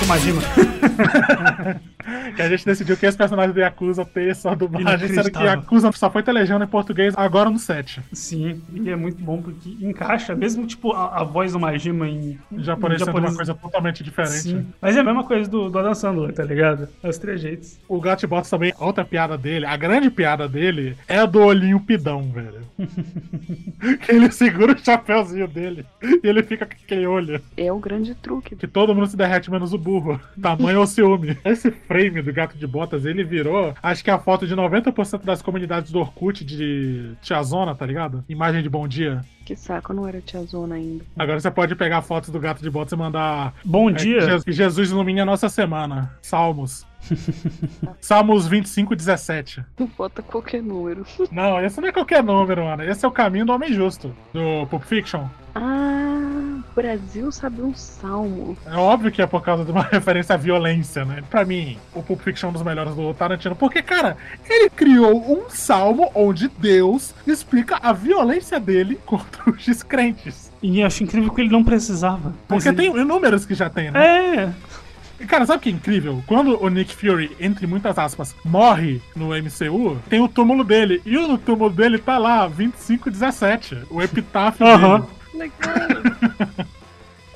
Speaker 6: Do Majima.
Speaker 5: Que a gente decidiu que esse personagem do Yakuza ter só dublagem, sendo que
Speaker 6: Inacreditável.
Speaker 5: Yakuza só foi telejando em português agora no set.
Speaker 6: Sim, e é muito bom porque encaixa, mesmo tipo a, a voz do Majima em
Speaker 5: O japonês
Speaker 6: em
Speaker 5: sendo uma coisa totalmente diferente.
Speaker 6: Sim. Mas é a mesma coisa do, do Adam Sandler, tá ligado? É os trejeitos.
Speaker 5: O Gato Box também, outra piada dele, a grande piada dele é do olhinho pidão, velho. que ele segura o chapéuzinho dele e ele fica com aquele olho.
Speaker 7: É o grande truque.
Speaker 5: Que todo mundo se derrete menos o burro. Tamanho ou ciúme. Esse frame do gato de botas, ele virou, acho que é a foto de 90% das comunidades do Orkut de tiazona, tá ligado? Imagem de bom dia.
Speaker 7: Que saco, eu não era tiazona ainda.
Speaker 5: Agora você pode pegar fotos do gato de botas e mandar.
Speaker 6: Bom
Speaker 5: é,
Speaker 6: dia.
Speaker 5: Jesus- Que Jesus ilumine a nossa semana. Salmos. Salmos 25, 17.
Speaker 7: Não bota qualquer número.
Speaker 5: Não, esse não é qualquer número, mano. Esse é o caminho do homem justo. Do Pulp Fiction.
Speaker 7: Ah, Brasil sabe um salmo.
Speaker 5: É óbvio que é por causa de uma referência à violência, né? Pra mim, o Pulp Fiction é um dos melhores do Tarantino. Porque, cara, ele criou um salmo onde Deus explica a violência dele contra os descrentes.
Speaker 6: E eu acho incrível que ele não precisava. Mas
Speaker 5: Porque
Speaker 6: ele-
Speaker 5: tem inúmeros que já tem, né?
Speaker 6: É,
Speaker 5: E, Cara, sabe o que é incrível? Quando o Nick Fury, entre muitas aspas, morre no MCU, tem o túmulo dele. E o túmulo dele tá lá, 2517. O epitáfio
Speaker 6: Aham.
Speaker 5: dele.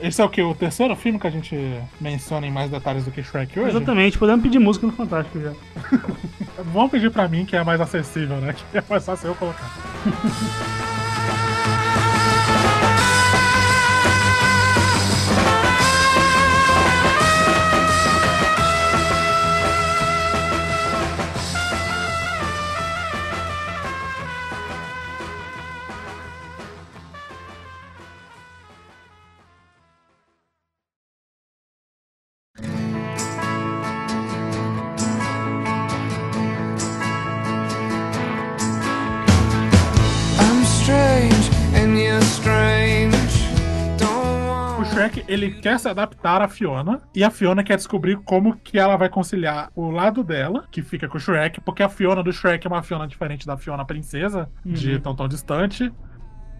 Speaker 5: Esse é o que? O terceiro filme que a gente menciona em mais detalhes do que Shrek hoje?
Speaker 6: exatamente. Podemos pedir música no Fantástico já.
Speaker 5: Vão pedir pra mim que é mais acessível, né? Que é mais fácil eu colocar.
Speaker 4: I'm strange and you're strange. Don't want
Speaker 5: O Shrek, ele quer se adaptar à Fiona. E a Fiona quer descobrir como que ela vai conciliar o lado dela, que fica com o Shrek. Porque a Fiona do Shrek é uma Fiona diferente da Fiona princesa, de Tão Tão Distante.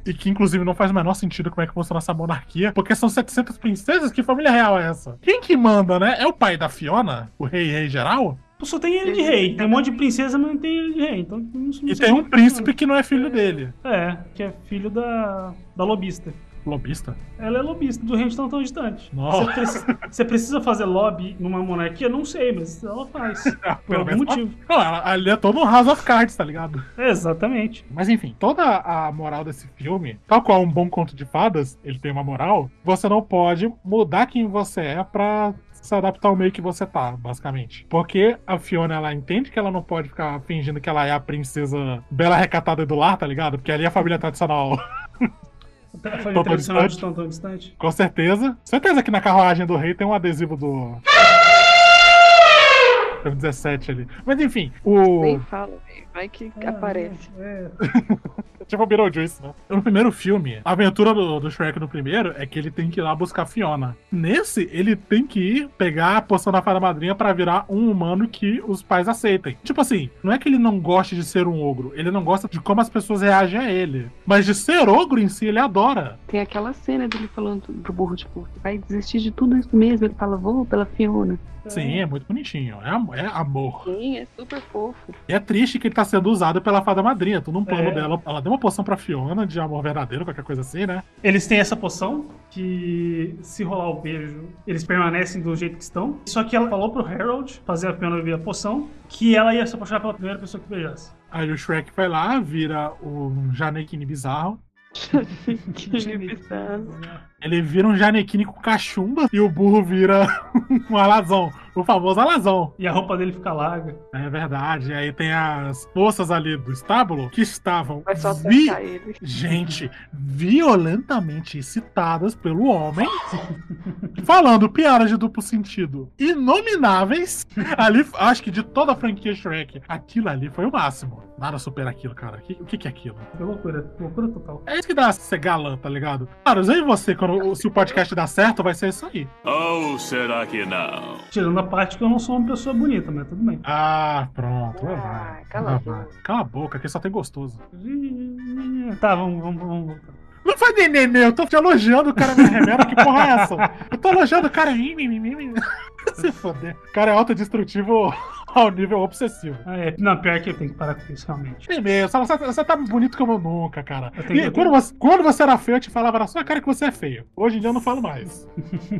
Speaker 5: E que, inclusive, não faz o menor sentido como é que funciona essa monarquia. Porque são 700 princesas? Que família real é essa? Quem que manda, né? É o pai da Fiona? O rei rei geral?
Speaker 6: Pô, Só tem ele de rei. Tem um monte de princesa, mas não tem ele de rei. Então, não, não
Speaker 5: E
Speaker 6: sei
Speaker 5: tem
Speaker 6: como
Speaker 5: um
Speaker 6: que
Speaker 5: príncipe que não é filho dele.
Speaker 6: funciona. É, que é filho da, da lobista.
Speaker 5: Lobista?
Speaker 6: Ela é lobista, do rei tão tão distante.
Speaker 5: Nossa.
Speaker 6: Você, preci- você precisa fazer lobby numa monarquia? Não sei, mas ela faz. por
Speaker 5: Ah, Pelo
Speaker 6: algum
Speaker 5: menos-
Speaker 6: motivo.
Speaker 5: Não, ela, ali é todo um House of Cards, tá ligado?
Speaker 6: Exatamente.
Speaker 5: Mas enfim, toda a moral desse filme, tal qual um bom conto de fadas, ele tem uma moral, você não pode mudar quem você é pra se adaptar ao meio que você tá, basicamente. Porque a Fiona, ela entende que ela não pode ficar fingindo que ela é a princesa bela recatada do lar, tá ligado? Porque ali é a família tradicional,
Speaker 6: Até a família
Speaker 5: Tão
Speaker 6: tradicional
Speaker 5: distante.
Speaker 6: de tão tão distante.
Speaker 5: com certeza. Certeza que na carruagem do rei tem um adesivo do... Tem um 17 ali. Mas enfim, o...
Speaker 7: Nem fala, velho. Vai que
Speaker 5: Ah,
Speaker 7: aparece.
Speaker 6: É.
Speaker 5: Tipo Beetlejuice, né? No primeiro filme, a aventura do, do Shrek no primeiro é que ele tem que ir lá buscar a Fiona. Nesse, ele tem que ir pegar a poção da fada madrinha pra virar um humano que os pais aceitem. Tipo assim, não é que ele não goste de ser um ogro, ele não gosta de como as pessoas reagem a ele. Mas de ser ogro em si, ele adora.
Speaker 7: Tem aquela cena dele falando pro burro, tipo, vai desistir de tudo isso mesmo. Ele fala, vou pela Fiona.
Speaker 5: Sim, é muito bonitinho. É, am- é amor.
Speaker 7: Sim, é super fofo.
Speaker 5: E é triste que ele tá sendo usado pela fada madrinha. Tudo um plano
Speaker 6: É.
Speaker 5: dela. Ela deu uma poção pra Fiona de amor verdadeiro, qualquer coisa assim, né?
Speaker 6: Eles têm essa poção que, se rolar o beijo, eles permanecem do jeito que estão. Só que ela falou pro Harold fazer a Fiona beber a poção que ela ia se apaixonar pela primeira pessoa que beijasse.
Speaker 5: Aí o Shrek vai lá, vira um Janequine bizarro.
Speaker 7: Que bizarro.
Speaker 5: Ele vira um janequine com cachumba e o burro vira um alazão. O famoso alazão.
Speaker 6: E a roupa dele fica larga.
Speaker 5: É verdade. E aí tem as moças ali do estábulo que estavam.
Speaker 7: Vai só
Speaker 5: vi-
Speaker 7: acertar ele.
Speaker 5: Gente, violentamente excitadas pelo homem, falando piadas de duplo sentido inomináveis. Ali, acho que de toda a franquia Shrek, aquilo ali foi o máximo. Nada supera aquilo, cara. O que, o que que é aquilo?
Speaker 6: Que loucura. Loucura total.
Speaker 5: É isso que dá ser galã, tá ligado? Cara, eu e você, quando, se o podcast dar certo, vai ser isso aí.
Speaker 11: Ou será que não?
Speaker 6: Tirando a parte que eu não sou uma pessoa bonita, mas tudo bem.
Speaker 5: Ah, pronto. lá vai.
Speaker 7: Ah, cala
Speaker 5: Lá
Speaker 7: a
Speaker 5: vai. Cala a boca, que só tem gostoso.
Speaker 6: Tá, vamos, vamos, vamos voltar.
Speaker 5: Não faz neném, eu tô te elogiando, o cara me revela, que porra é essa? Eu tô elogiando o cara, mim, mim, mim, mim. Se foder. O cara é autodestrutivo ao nível obsessivo.
Speaker 6: Ah, é. Não, pior que eu tenho que parar com isso, realmente.
Speaker 5: Tem mesmo. Você, você- você tá bonito como eu nunca, cara.
Speaker 6: tenho-
Speaker 5: E
Speaker 6: eu
Speaker 5: quando
Speaker 6: tenho-
Speaker 5: você, quando você era feio, eu te falava na sua cara que você é feio. Hoje em dia eu não falo mais.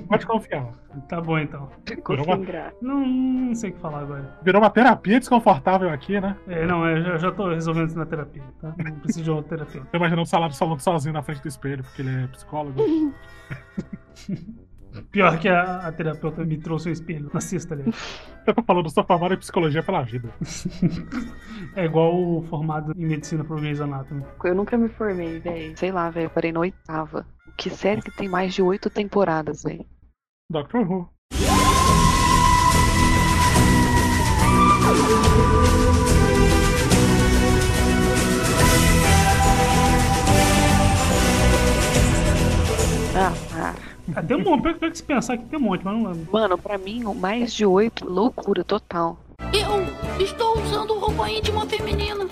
Speaker 5: Pode confiar.
Speaker 6: Tá bom, então.
Speaker 7: Ficou
Speaker 5: Virou uma-
Speaker 7: sem graça.
Speaker 6: Não, não sei o que falar agora.
Speaker 5: Virou uma terapia desconfortável aqui, né?
Speaker 6: É, não, eu já, já tô resolvendo isso na terapia, tá? Não preciso de uma terapia.
Speaker 5: Tô imaginando o Salado falando sozinho na frente do espelho, porque ele é psicólogo.
Speaker 6: Pior que a, a terapeuta me trouxe um espelho nazista ali.
Speaker 5: Eu tô falando, sou formado em psicologia pela vida.
Speaker 6: É igual o formado em medicina pro Grey's Anatomy.
Speaker 7: Eu nunca me formei, velho. Sei lá, velho. Parei na oitava. Que série que tem mais de oito temporadas, velho?
Speaker 5: Doctor Who.
Speaker 7: Ah, para.
Speaker 6: Ah, tem um monte, pior que- pior que se pensar que tem um monte, mas não lembro.
Speaker 7: Mano, pra mim, mais de oito, loucura total.
Speaker 2: Eu estou usando roupa íntima feminina.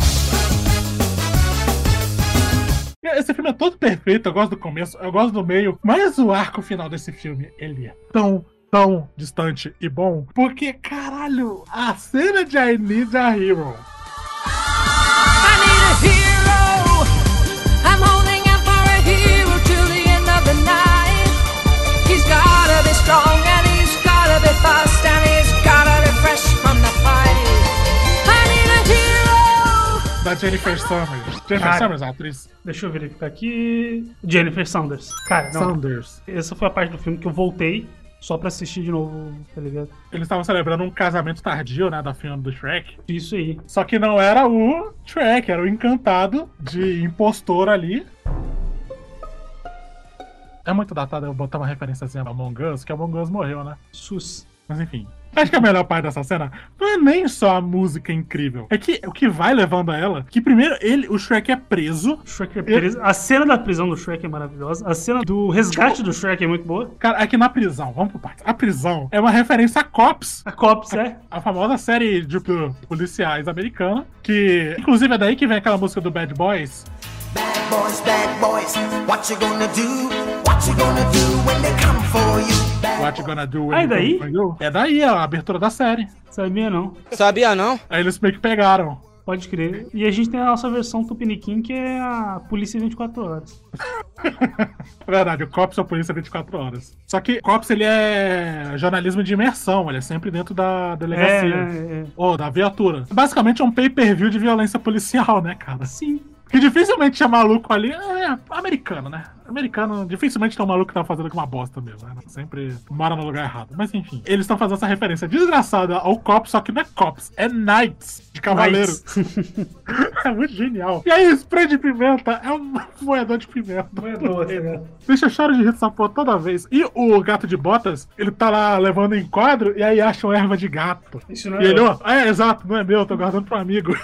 Speaker 5: Esse filme é todo perfeito, eu gosto do começo, eu gosto do meio, mas o arco final desse filme, ele é tão, tão distante e bom, porque, caralho, a cena de I Need a Hero. Da Jennifer Summers. Jennifer
Speaker 6: Cara.
Speaker 5: Summers, a atriz.
Speaker 6: Deixa eu verificar aqui. Jennifer Saunders. Cara, não.
Speaker 5: Saunders.
Speaker 6: Essa foi a parte do filme que eu voltei só pra assistir de novo, tá ligado?
Speaker 5: Eles estavam celebrando um casamento tardio, né, da filme do Shrek.
Speaker 6: Isso aí.
Speaker 5: Só que não era o Shrek, era o encantado de impostor ali. É muito datado eu botar uma referênciazinha a Among Us, que Among Us morreu, né?
Speaker 6: Sus.
Speaker 5: Mas enfim. Acho que a melhor parte dessa cena não é nem só a música incrível. É que o que vai levando a ela, que primeiro ele, o Shrek é preso.
Speaker 6: Shrek é preso. A cena da prisão do Shrek é maravilhosa. A cena do resgate do Shrek é muito boa.
Speaker 5: Cara, aqui na prisão, vamos pro parte. A prisão é uma referência a Cops.
Speaker 6: A Cops é.
Speaker 5: A famosa série de p- policiais americana, que inclusive é daí que vem aquela música do Bad Boys.
Speaker 4: Bad boys, bad boys, what you gonna do? What you gonna do when they come for you?
Speaker 5: What you gonna do
Speaker 6: Ah,
Speaker 5: When
Speaker 6: é
Speaker 5: You
Speaker 6: daí?
Speaker 5: Come For You? É daí a abertura da série.
Speaker 6: Sabia não.
Speaker 9: Sabia não?
Speaker 5: Aí eles meio que pegaram.
Speaker 6: Pode crer. E a gente tem a nossa versão Tupiniquim, que é a Polícia 24 Horas.
Speaker 5: É Verdade, o COPS é a polícia 24 horas. Só que COPS ele é jornalismo de imersão, ele é sempre dentro da
Speaker 6: É,
Speaker 5: delegacia.
Speaker 6: né? É.
Speaker 5: Ou da viatura. Basicamente é um pay-per-view de violência policial, né, cara?
Speaker 6: Sim.
Speaker 5: Que dificilmente é maluco ali. É americano, né? Americano, dificilmente tem um maluco que tá fazendo com uma bosta mesmo, né? Sempre mora no lugar errado. Mas enfim, eles estão fazendo essa referência desgraçada ao COPS, só que não é COPS, é Knights de Cavaleiro. é muito genial. E aí, spray de pimenta é um moedor de pimenta.
Speaker 6: Moedor, tá ligado?
Speaker 5: Deixa eu choro de rir dessa porra toda vez. E o gato de botas, ele tá lá levando em quadro e aí acha uma erva de gato.
Speaker 6: Isso não é
Speaker 5: E ele,
Speaker 6: meu.
Speaker 5: ó, é, exato, não é meu, tô guardando pro amigo.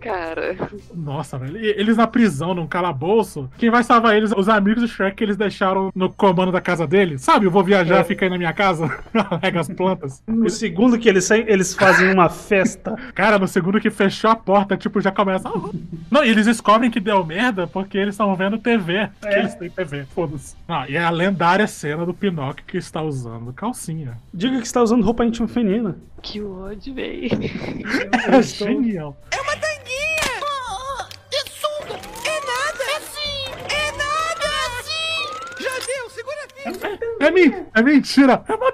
Speaker 7: Cara,
Speaker 5: Nossa, velho. E eles na prisão, num calabouço. Quem vai salvar eles? Os amigos do Shrek que eles deixaram no comando da casa dele. Sabe, eu vou viajar,
Speaker 6: É.
Speaker 5: fica aí na minha casa, rega as plantas.
Speaker 6: No segundo que eles saem, eles fazem uma festa.
Speaker 5: Cara, no segundo que fechou a porta, tipo, já começa. "Ah". Não, e eles descobrem que deu merda porque eles estão vendo TV. Porque eles têm TV, foda-se. Não, e é a lendária cena do Pinóquio que está usando calcinha.
Speaker 6: Diga que está usando roupa íntima feminina.
Speaker 7: que ódio, velho.
Speaker 5: É genial.
Speaker 2: Ah, é surdo. É nada. É sim. É nada. É sim. Já deu, segura aqui.
Speaker 5: É, men- é mentira! É uma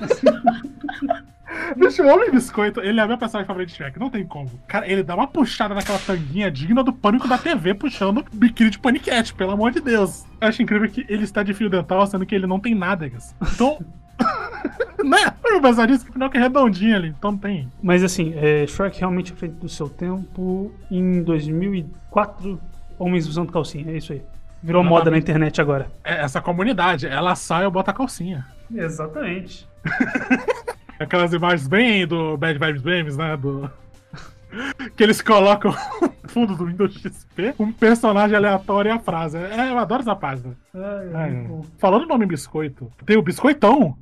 Speaker 5: tanguinha! Bicho, o Homem Biscoito, ele é a minha personagem favorita de Shrek, não tem como. Cara, ele dá uma puxada naquela tanguinha digna do pânico da TV, puxando biquíni de paniquete, pelo amor de Deus. Eu acho incrível que ele está de fio dental, sendo que ele não tem nádegas. Então. né? Vamos pensar nisso, que o Pinóquio é redondinho ali, então não tem.
Speaker 6: Mas assim, é, Shrek realmente à frente do seu tempo. Em 2004, homens usando calcinha, é isso aí. Virou moda na internet agora.
Speaker 5: É, essa comunidade, ela sai ou bota a calcinha.
Speaker 6: Exatamente.
Speaker 5: Aquelas imagens bem do Bad Vibes Memes, né? Do... Que eles colocam no fundo do Windows XP um personagem aleatório e a frase. É, eu adoro essa página.
Speaker 6: é,
Speaker 5: Ai, Falando o nome biscoito, tem o biscoitão.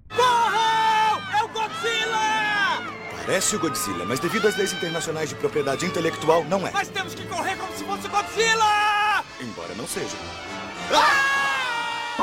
Speaker 4: Parece o Godzilla, mas devido às leis internacionais de propriedade intelectual, não é. Mas temos que correr como se fosse Godzilla! Embora não seja.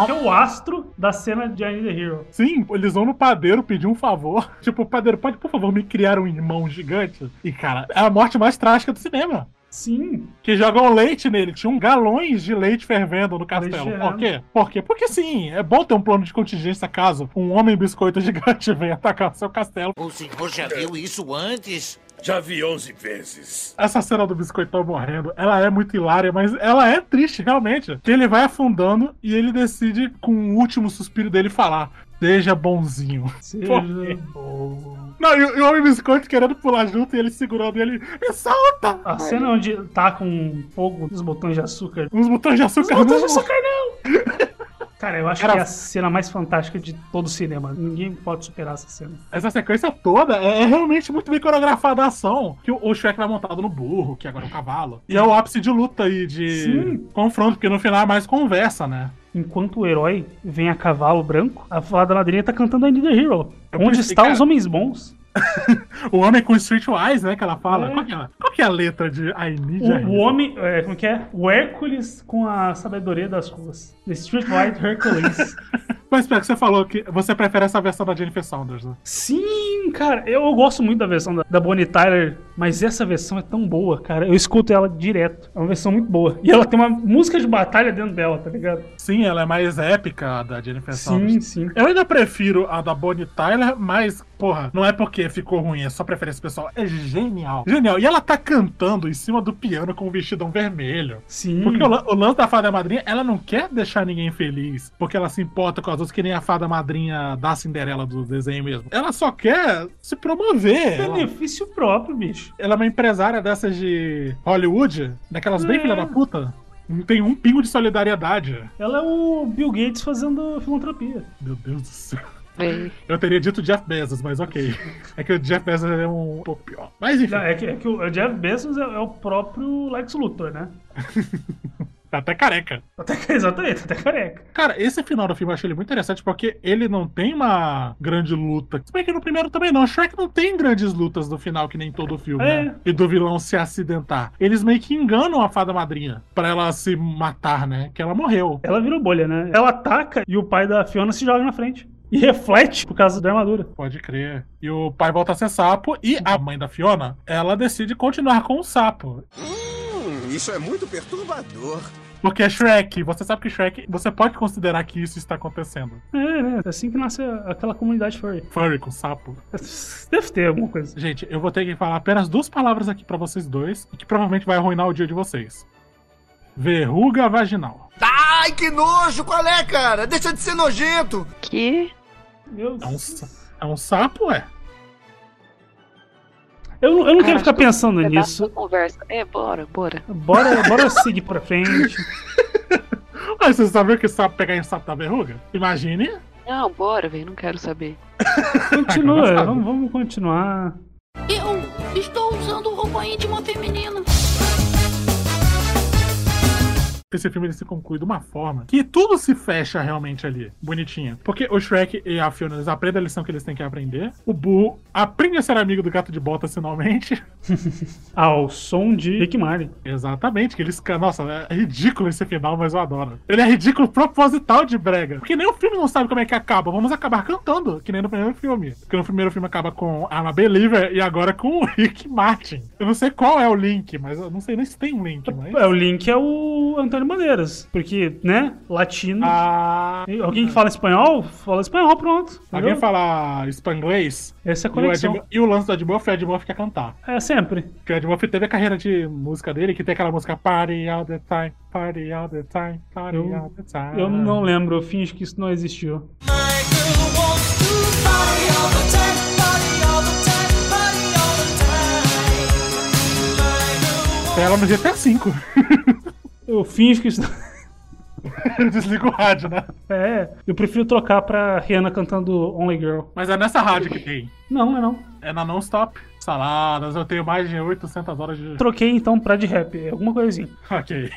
Speaker 6: Que é o astro da cena de I Need a Hero.
Speaker 5: Sim, eles vão no padeiro pedir um favor. Tipo, padeiro, pode, por favor, me criar um irmão gigante? E, cara, é a morte mais trágica do cinema.
Speaker 6: Sim.
Speaker 5: Que jogam leite nele. Tinham galões de leite fervendo no castelo.
Speaker 6: fervendo.
Speaker 5: Por quê? Por quê? Porque sim, é bom ter um plano de contingência caso um homem biscoito gigante venha atacar o seu castelo.
Speaker 12: O senhor já viu isso antes?
Speaker 13: Já vi 11 vezes.
Speaker 5: Essa cena do biscoitão morrendo, ela é muito hilária, mas ela é triste, realmente. Que ele vai afundando e ele decide, com o último suspiro dele, falar: Seja bonzinho. Por quê?
Speaker 6: É.
Speaker 5: Não, e o e o homem biscoito querendo pular junto e ele segurando ele. Me solta!
Speaker 6: A cena onde tá com fogo nos botões de açúcar.
Speaker 5: Uns botões de açúcar
Speaker 6: Os botões de
Speaker 5: não.
Speaker 6: açúcar não! Cara, eu acho que é a cena mais fantástica de todo o cinema. Ninguém pode superar essa cena.
Speaker 5: Essa sequência toda é, é realmente muito bem coreografada a ação. Que o, o Shrek vai montado no burro, que agora é um cavalo. E é o ápice de luta e de
Speaker 6: Sim.
Speaker 5: confronto, porque no final é mais conversa, né?
Speaker 6: Enquanto o herói vem a cavalo branco, a fada madrinha tá cantando I Need a Hero.
Speaker 5: Eu
Speaker 6: onde
Speaker 5: pensei,
Speaker 6: estão
Speaker 5: cara-
Speaker 6: os homens bons?
Speaker 5: O homem com Streetwise, né? Que ela fala.
Speaker 6: É.
Speaker 5: Qual, que é, qual que é a letra de I Need
Speaker 6: O,
Speaker 5: a
Speaker 6: o
Speaker 5: Hero?
Speaker 6: homem, é, como que é? O Hércules com a sabedoria das ruas. The Streetlight Hercules.
Speaker 5: Mas espera, que você falou que você prefere essa versão da Jennifer Saunders, né?
Speaker 6: Sim, cara, eu gosto muito da versão da, da Bonnie Tyler, mas essa versão é tão boa, cara. Eu escuto ela direto. É uma versão muito boa. E ela tem uma música de batalha dentro dela, tá ligado?
Speaker 5: Sim, ela é mais épica a da Jennifer
Speaker 6: Sim,
Speaker 5: Saunders.
Speaker 6: sim.
Speaker 5: Eu ainda prefiro a da Bonnie Tyler, mas, porra, não é porque ficou ruim, é só preferência pessoal. É genial. Genial. E ela tá cantando em cima do piano com um vestidão vermelho.
Speaker 6: Sim.
Speaker 5: Porque o, lan- o lance da fada madrinha, ela não quer deixar ninguém feliz, porque ela se importa com as outras, que nem a fada madrinha da Cinderela do desenho mesmo. Ela só quer se promover. Ela, é um
Speaker 6: Benefício próprio, bicho.
Speaker 5: ela é uma empresária dessas de Hollywood, daquelas bem
Speaker 6: É.
Speaker 5: filha da puta. Não tem um pingo de solidariedade.
Speaker 6: Ela é o Bill Gates fazendo filantropia.
Speaker 5: Meu Deus do céu. Eu teria dito Jeff Bezos, mas ok. É que o Jeff Bezos é um pouco pior. Mas enfim.
Speaker 6: Não, é, que, é que o Jeff Bezos é, é o próprio Lex Luthor, né?
Speaker 5: Tá até careca.
Speaker 6: Até, exatamente, tá até careca.
Speaker 5: Cara, esse final do filme eu achei ele muito interessante porque ele não tem uma grande luta. Se bem que no primeiro também não. Shrek não tem grandes lutas no final, que nem todo filme,
Speaker 6: É.
Speaker 5: né? E do vilão se acidentar. Eles meio que enganam a fada madrinha pra ela se matar, né? Que ela morreu.
Speaker 6: Ela virou bolha, né? Ela ataca e o pai da Fiona se joga na frente. E reflete por causa da armadura.
Speaker 5: Pode crer. E o pai volta a ser sapo e a mãe da Fiona, ela decide continuar com o sapo.
Speaker 2: Hum, isso é muito perturbador.
Speaker 5: Porque é Shrek. Você sabe que Shrek, você pode considerar que isso está acontecendo.
Speaker 6: É, né? Assim que nasce aquela comunidade furry.
Speaker 5: Furry com sapo.
Speaker 6: Deve ter alguma coisa.
Speaker 5: Gente, eu vou ter que falar apenas duas palavras aqui pra vocês dois, que provavelmente vai arruinar o dia de vocês. Verruga vaginal.
Speaker 2: Ai, que nojo! Qual é, cara? Deixa de ser nojento!
Speaker 7: Que?
Speaker 6: Meu
Speaker 5: É um, sa- é um sapo, é?
Speaker 6: Eu, não- eu não quero
Speaker 7: Acho
Speaker 6: ficar
Speaker 7: que
Speaker 6: pensando
Speaker 7: é da
Speaker 6: nisso.
Speaker 7: sua Conversa. É, bora, bora.
Speaker 6: Bora, bora seguir pra frente.
Speaker 5: Mas vocês sabiam que sapo pegar em sapo da verruga? Imagine.
Speaker 7: Não, bora, velho, não quero saber.
Speaker 5: Agora
Speaker 6: Continua,
Speaker 5: sabe.
Speaker 6: vamos, vamos continuar.
Speaker 2: É
Speaker 14: Eu estou usando roupa íntima feminina.
Speaker 5: Esse filme ele se conclui de uma forma que tudo se fecha realmente ali, bonitinho. Porque o Shrek e a Fiona eles aprendem a lição que eles têm que aprender. O Boo aprende a ser amigo do gato de botas finalmente.
Speaker 6: Ao Ah, som de Rick Marley.
Speaker 5: Exatamente, que eles. ca- Nossa, é ridículo esse final, mas eu adoro. Ele é ridículo proposital de brega. Porque nem o filme não sabe como é que acaba. Vamos acabar cantando, que nem no primeiro filme. Porque no primeiro filme acaba com a Anna Believer e agora com o Rick Martin. Eu não sei qual é o link, mas eu não sei nem se tem um link, mas.
Speaker 6: É, o link é o Antônio Bandeiras. Porque, né? Latino.
Speaker 5: Ah,
Speaker 6: E Alguém que fala espanhol, fala espanhol, pronto.
Speaker 5: alguém
Speaker 6: entendeu?
Speaker 5: fala espanglês?
Speaker 6: Essa
Speaker 5: E
Speaker 6: é a
Speaker 5: o, Ed,
Speaker 6: conexão.
Speaker 5: Mur- e o lance do Ed Murphy, o Ed Murphy quer cantar.
Speaker 6: É sempre.
Speaker 5: Porque o Ed Murphy teve a carreira de música dele, que tem aquela música Party all the time, party all the time, party
Speaker 6: Eu-
Speaker 5: all the time.
Speaker 6: Eu não lembro, eu finge que isso não existiu.
Speaker 5: Ela no GTA V.
Speaker 6: Eu finge que isso não...
Speaker 5: Desliga o rádio, né?
Speaker 6: É, eu prefiro trocar pra Rihanna cantando Only Girl.
Speaker 5: Mas é nessa rádio que tem.
Speaker 6: Não, não é não.
Speaker 5: É na non-stop. Saladas, eu tenho mais de 800 horas de.
Speaker 6: Troquei então pra de rap, alguma coisinha.
Speaker 5: Ok.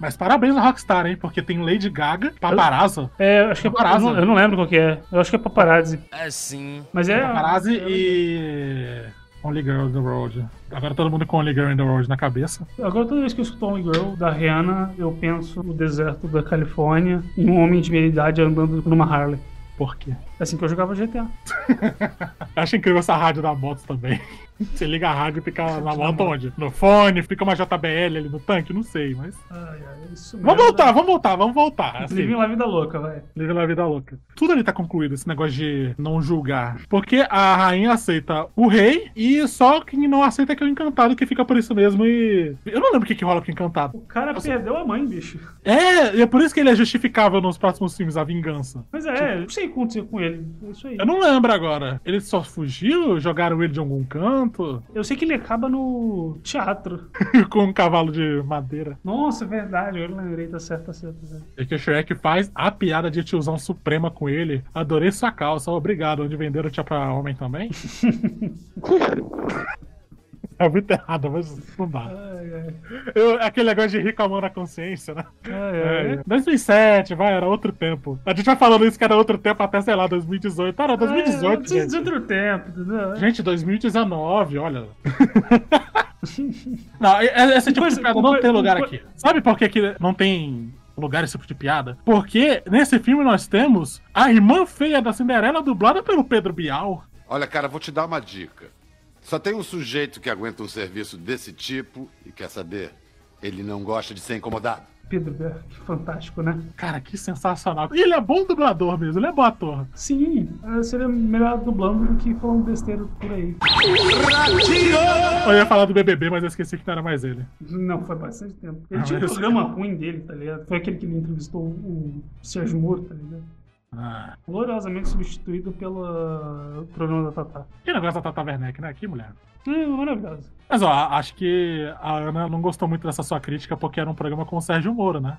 Speaker 5: Mas parabéns ao Rockstar, hein? Porque tem Lady Gaga, Paparazzo.
Speaker 6: É, acho que é eu
Speaker 5: Paparazzi.
Speaker 6: não, eu não lembro qual que é. Eu acho que é paparazzi.
Speaker 12: Assim.
Speaker 6: Mas é.
Speaker 5: Paparazzi e. Only Girl in the Road. Agora todo mundo com Only Girl in the Road na cabeça.
Speaker 6: Agora, toda vez que eu escuto Only Girl da Rihanna, eu penso no deserto da Califórnia e um homem de meia idade andando numa Harley.
Speaker 5: Por quê?
Speaker 6: É assim que eu jogava GTA.
Speaker 5: Eu acho incrível essa rádio da moto também. Você liga a rádio e fica na moto onde? No fone, fica uma JBL ali no tanque, não sei, mas.
Speaker 6: Ai, ai, isso mesmo.
Speaker 5: Vamos voltar, vamos voltar, vamos voltar. Assim.
Speaker 6: Living La Vida Louca, vai.
Speaker 5: Living La Vida Louca. Tudo ali tá concluído, esse negócio de não julgar. Porque a rainha aceita o rei e só quem não aceita é que é o encantado que fica por isso mesmo e. Eu não lembro o que, que rola com o encantado.
Speaker 6: O cara perdeu a mãe, bicho.
Speaker 5: É, e é por isso que ele é justificável nos próximos filmes, a vingança.
Speaker 6: Mas é, eu não sei o que aconteceu com ele. É isso aí.
Speaker 5: Tipo- Eu não lembro agora. Ele só fugiu? Jogaram ele de algum canto?
Speaker 6: Eu sei que ele acaba no teatro.
Speaker 5: com um cavalo de madeira.
Speaker 6: Nossa, é verdade, eu lembrei, tá certo, tá certo. tá certo.
Speaker 5: E É que o Shrek faz a piada de tiozão suprema com ele. Adorei sua calça, obrigado. Onde venderam tinha pra homem também? É muito errado, mas não dá.
Speaker 6: Ai, ai.
Speaker 5: Eu- aquele negócio de rir com a mão na consciência, né?
Speaker 6: Ai, ai.
Speaker 5: 2007, vai, era outro tempo. A gente vai falando isso que era outro tempo até, sei lá, 2018. Era 2018,
Speaker 6: É,
Speaker 5: gente.
Speaker 6: de outro tempo, entendeu?
Speaker 5: Gente, 2019, olha. não, e- e- essa tipo
Speaker 6: Coisa-
Speaker 5: de piada não
Speaker 6: coisa-
Speaker 5: tem lugar
Speaker 6: coisa-
Speaker 5: aqui. Sabe por que, que não tem lugar esse tipo de piada? Porque nesse filme nós temos a irmã feia da Cinderela dublada pelo Pedro Bial.
Speaker 15: Olha, cara, vou te dar uma dica. Só tem um sujeito que aguenta um serviço desse tipo e quer saber? Ele não gosta de ser incomodado.
Speaker 6: Pedro Berg, fantástico, né?
Speaker 5: Cara, que sensacional. E ele é bom dublador mesmo, ele é bom ator.
Speaker 6: Sim, eh, seria melhor dublando do que falando besteira por aí.
Speaker 5: Eu ia falar do BBB, mas eu esqueci que não era mais ele.
Speaker 6: Não, foi bastante tempo. Ele
Speaker 5: Ah,
Speaker 6: tinha um
Speaker 5: mas-
Speaker 6: programa ruim dele, tá ligado? Foi aquele que ele entrevistou o Sérgio Moro, tá ligado?
Speaker 5: Ah.
Speaker 6: Gloriosamente substituído pelo ah, programa da Tatá.
Speaker 5: Que negócio da Tata Werneck, né? Que mulher.
Speaker 6: É, maravilhoso.
Speaker 5: Mas ó, acho que a Ana não gostou muito dessa sua crítica porque era um programa com o Sérgio Moro, né?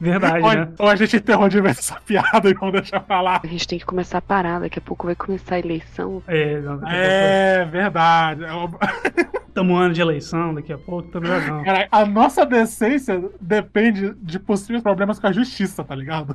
Speaker 6: Verdade,
Speaker 5: ou,
Speaker 6: né?
Speaker 5: ou a gente enterrou de vez essa piada e vamos deixar pra lá.
Speaker 7: A gente tem que começar a parar, daqui a pouco vai começar a eleição.
Speaker 6: É, não, daqui a
Speaker 5: É verdade.
Speaker 6: pouco- Tamo um ano de eleição, daqui a pouco, tá melhor não.
Speaker 5: Cara, a nossa decência depende de possíveis problemas com a justiça, tá ligado?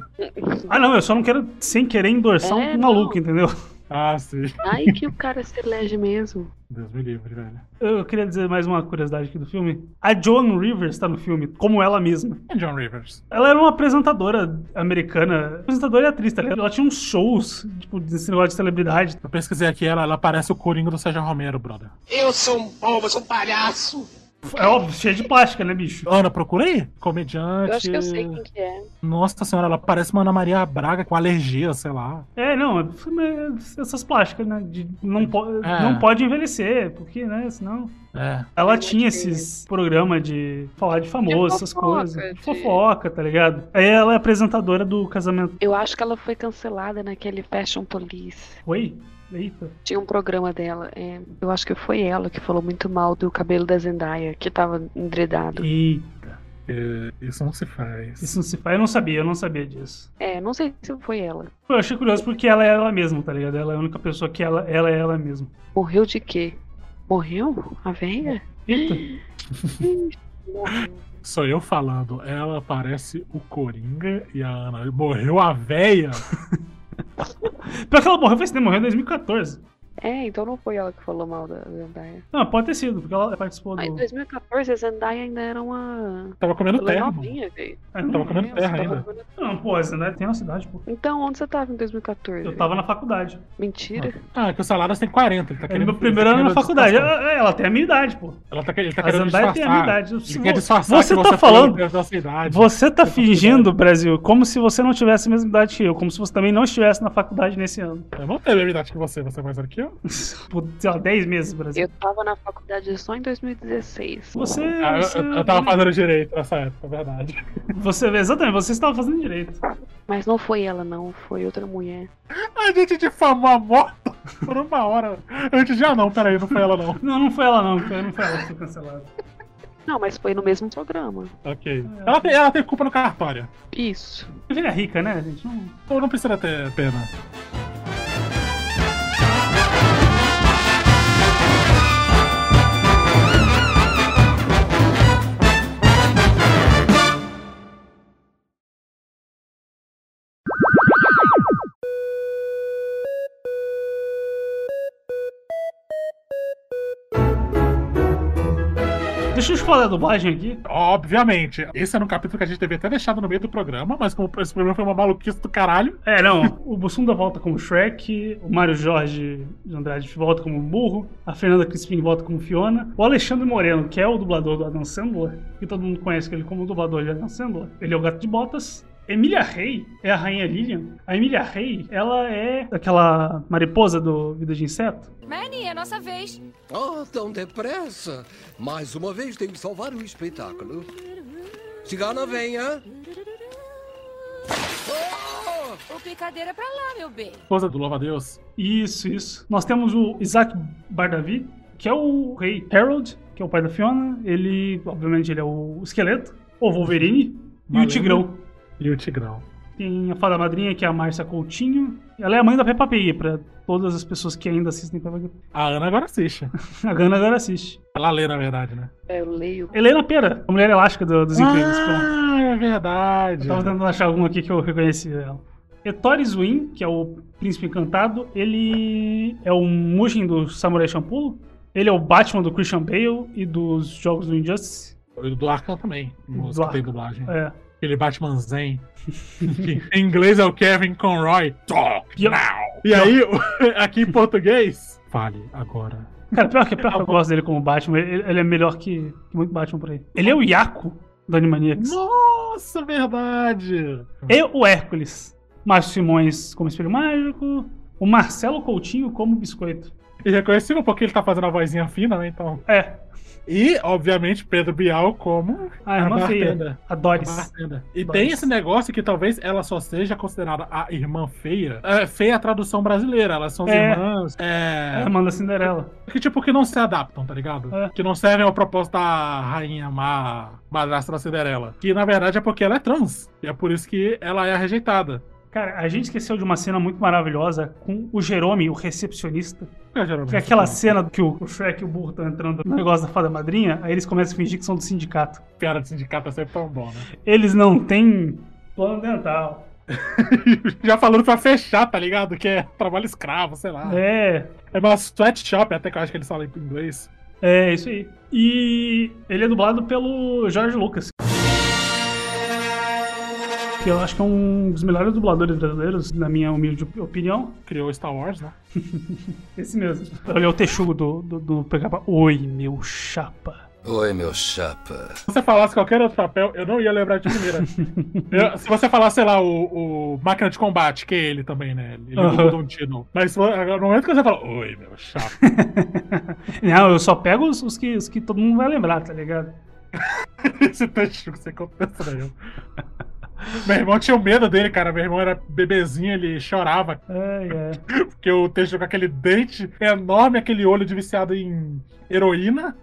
Speaker 6: Ah, não, eu só não quero, sem querer, endossar
Speaker 7: É,
Speaker 6: um maluco, entendeu?
Speaker 5: Ah, sim.
Speaker 7: Ai que o cara se elege mesmo.
Speaker 5: Deus me livre, velho.
Speaker 6: Eu queria dizer mais uma curiosidade aqui do filme. A Joan Rivers tá no filme, como ela mesma.
Speaker 5: É John Rivers.
Speaker 6: Ela era uma apresentadora americana, apresentadora e atriz, tá ligado? Ela tinha uns shows, tipo, desse negócio de celebridade.
Speaker 5: Eu pesquisei aqui, ela, ela parece o Coringa do Sérgio Romero, brother.
Speaker 2: Eu sou um povo, eu sou um palhaço.
Speaker 6: É óbvio, cheia de plástica, né, bicho?
Speaker 5: Ana, procura aí. Comediante.
Speaker 7: Eu acho que eu sei quem que é.
Speaker 5: Nossa senhora, ela parece uma Ana Maria Braga com alergia, sei lá.
Speaker 6: É, não, é- é essas plásticas, né? de- não, po-
Speaker 5: É.
Speaker 6: não pode envelhecer, porque, né, senão...
Speaker 5: É.
Speaker 6: Ela tinha esses programas de falar de famoso, essas
Speaker 7: fofoca,
Speaker 6: coisas.
Speaker 7: de-
Speaker 6: Fofoca, tá ligado? Aí ela é apresentadora do casamento.
Speaker 7: Eu acho que ela foi cancelada naquele Fashion Police.
Speaker 6: Oi? Eita.
Speaker 7: Tinha um programa dela. é, eu acho que foi ela que falou muito mal do cabelo da Zendaya, que tava endredado.
Speaker 6: Eita.
Speaker 5: isso não se faz.
Speaker 6: Isso não se faz. Eu não sabia, eu não sabia disso.
Speaker 7: É, não sei se foi ela.
Speaker 6: Pô, Eu achei curioso porque ela é ela mesma, tá ligado? Ela é a única pessoa que ela, ela é ela mesma.
Speaker 7: Morreu de quê? Morreu? A velha?
Speaker 6: Eita.
Speaker 5: Sou eu falando, ela parece o Coringa e a Ana morreu a véia.
Speaker 6: Pior que ela morreu, foi assim, né? morreu em 2014.
Speaker 7: É, então não foi ela que falou mal da Zendaya.
Speaker 6: Não, pode ter sido, porque ela participou do...
Speaker 7: Mas em 2014 a Zendaya ainda era uma.
Speaker 5: Tava comendo
Speaker 7: ela é
Speaker 5: Tá terra.
Speaker 7: novinha, né? velho.
Speaker 6: Ah, não,
Speaker 5: Tava comendo terra ainda.
Speaker 7: comendo-
Speaker 6: Não, pô, a Zendaya tem a nossa idade, pô.
Speaker 7: Então, onde você tava em 2014?
Speaker 6: Eu tava na faculdade.
Speaker 7: Mentira.
Speaker 5: Ah, que o Saladas tem 40. Ele tá
Speaker 6: É
Speaker 5: querendo.
Speaker 6: meu
Speaker 5: ele tá
Speaker 6: primeiro ano na
Speaker 5: querendo
Speaker 6: faculdade. É,
Speaker 5: disfarçar.
Speaker 6: Ela, ela tem a minha idade, pô.
Speaker 5: Ela tá, ele tá
Speaker 6: A
Speaker 5: querendo
Speaker 6: Zendaya
Speaker 5: disfarçar.
Speaker 6: tem a minha idade. Eu-
Speaker 5: Ele quer
Speaker 6: vo-
Speaker 5: disfarçar
Speaker 6: você
Speaker 5: que
Speaker 6: tá
Speaker 5: você
Speaker 6: falando-
Speaker 5: Da sua idade.
Speaker 6: Você tá fingindo, Brasil, como se você não tivesse a mesma idade que eu, como se você também não estivesse na faculdade nesse ano.
Speaker 5: Eu não tenho É, a mesma idade que você, você é mais velho que eu.
Speaker 6: Por, sei lá, 10 meses, Brasil.
Speaker 7: Eu tava na faculdade só em 2016.
Speaker 6: Você,
Speaker 5: Ah,
Speaker 6: você,
Speaker 5: eu, eu- eu tava fazendo direito nessa época, é verdade.
Speaker 6: você. Exatamente, você estava fazendo direito.
Speaker 7: Mas não foi ela, não. Foi outra mulher.
Speaker 5: A gente difamou a moto por uma hora. Antes já não, peraí, não foi ela não.
Speaker 6: Não, não foi ela, não. Foi, não foi ela que foi cancelada.
Speaker 7: Não, mas foi no mesmo programa.
Speaker 5: Ok. Ela tem, ela tem culpa no cartório.
Speaker 7: Isso.
Speaker 6: Filha rica, né, gente? Não-
Speaker 5: Então não precisa ter pena.
Speaker 6: Deixa eu falar da dublagem aqui.
Speaker 5: Obviamente. Esse era um capítulo que a gente devia até deixado no meio do programa, mas como esse programa foi uma maluquice do caralho.
Speaker 6: É, não. O Bussunda volta como Shrek, o Mário Jorge de Andrade volta como um Burro, a Fernanda Crispim volta como Fiona, o Alexandre Moreno, que é o dublador do Adam Sandler, que todo mundo conhece ele como dublador de Adam Sandler, ele é o gato de botas, Emília Rey é a rainha Lilian. A Emília Rey, ela é aquela mariposa do Vida de Inseto.
Speaker 16: Manny, é nossa vez.
Speaker 17: Oh, tão depressa. Mais uma vez tenho que salvar o espetáculo. Cigana, venha.
Speaker 16: O picadeira é pra lá, meu bem.
Speaker 5: Esposa do Louva Deus.
Speaker 6: Isso, isso. Nós temos o Isaac Bardavi, que é o rei Harold, que é o pai da Fiona. Ele, obviamente, ele é o esqueleto, o Wolverine e
Speaker 5: Malena.
Speaker 6: o Tigrão.
Speaker 5: E o Tigrão.
Speaker 6: Tem a fada madrinha, que é a Márcia Coutinho. Ela é a mãe da Peppa Pig, pra todas as pessoas que ainda assistem Peppa Pig.
Speaker 5: A Ana agora assiste.
Speaker 6: A Gana agora assiste.
Speaker 5: Ela lê, na verdade, né?
Speaker 7: É, eu leio.
Speaker 6: Helena Pera, a mulher elástica do- dos incríveis. pronto.
Speaker 5: Ah, é verdade.
Speaker 6: Eu tava tentando achar algum aqui que eu reconheci ela. Ettore Zwin, que é o príncipe encantado, ele é o Mugen do Samurai Champloo. Ele é o Batman do Christian Bale e dos jogos do Injustice.
Speaker 5: E do Arkham também. Os
Speaker 6: Do
Speaker 5: que tem
Speaker 6: Arkham.
Speaker 5: dublagem.
Speaker 6: É.
Speaker 5: Aquele Batman Zen. que em inglês é o Kevin Conroy. Talk
Speaker 6: Pior-
Speaker 5: now. E aí, aqui em português. Fale agora.
Speaker 6: Cara, pior que, pior que eu gosto dele como Batman. Ele, ele é melhor que, que muito Batman por aí. Ele é o Yaku do Animaniacs.
Speaker 5: Nossa, verdade.
Speaker 6: E o Hércules. Márcio Simões como Espelho Mágico. O Marcelo Coutinho como Biscoito.
Speaker 5: E reconhecível porque ele tá fazendo a vozinha fina, né? Então.
Speaker 6: É.
Speaker 5: E, obviamente, Pedro Bial como
Speaker 6: A irmã feia.
Speaker 5: bartender.
Speaker 6: A Doris.
Speaker 5: A bartender. E
Speaker 6: Doris.
Speaker 5: tem esse negócio que talvez ela só seja considerada a irmã feia. É, feia é a tradução brasileira, elas são as
Speaker 6: É.
Speaker 5: irmãs. É.
Speaker 6: A irmã da Cinderela.
Speaker 5: Que tipo, que não se adaptam, tá ligado? Que não servem ao propósito da rainha má, madrasta da Cinderela. Que na verdade é porque ela é trans. E é por isso que ela é a rejeitada.
Speaker 6: Cara, a gente esqueceu de uma cena muito maravilhosa com o Jerome, o recepcionista.
Speaker 5: É, geralmente.
Speaker 6: Que é aquela cena que o o Shrek e o Burro estão entrando no negócio da fada madrinha, aí eles começam a fingir que são do sindicato.
Speaker 5: Piada de sindicato é sempre tão bom, né?
Speaker 6: Eles não têm plano dental.
Speaker 5: Já falando pra fechar, tá ligado? Que é trabalho escravo, sei lá.
Speaker 6: É.
Speaker 5: É uma sweatshop, até que eu acho que eles falam em inglês.
Speaker 6: É, isso aí. E ele é dublado pelo Jorge Lucas. Que eu acho que é um dos melhores dubladores brasileiros, na minha humilde opinião.
Speaker 5: Criou Star Wars, né?
Speaker 6: Esse mesmo. Ele é o texugo do, do, do Pegapa. Oi, meu chapa.
Speaker 18: Oi, meu chapa.
Speaker 5: Se você falasse qualquer outro papel, eu não ia lembrar de primeira. Eu- se você falar, sei lá, o, o Máquina de Combate, que é ele também, né? Ele
Speaker 6: Aham.
Speaker 5: mudou um tiro. Mas se- no momento que você fala, oi, meu chapa.
Speaker 6: Não, eu só pego os, os que, os que todo mundo vai lembrar, tá ligado?
Speaker 5: Esse texto que você conta estranho. Meu irmão tinha o medo dele, cara. Meu irmão era bebezinho, ele chorava. Porque o texto com aquele dente enorme, aquele olho de viciado em heroína.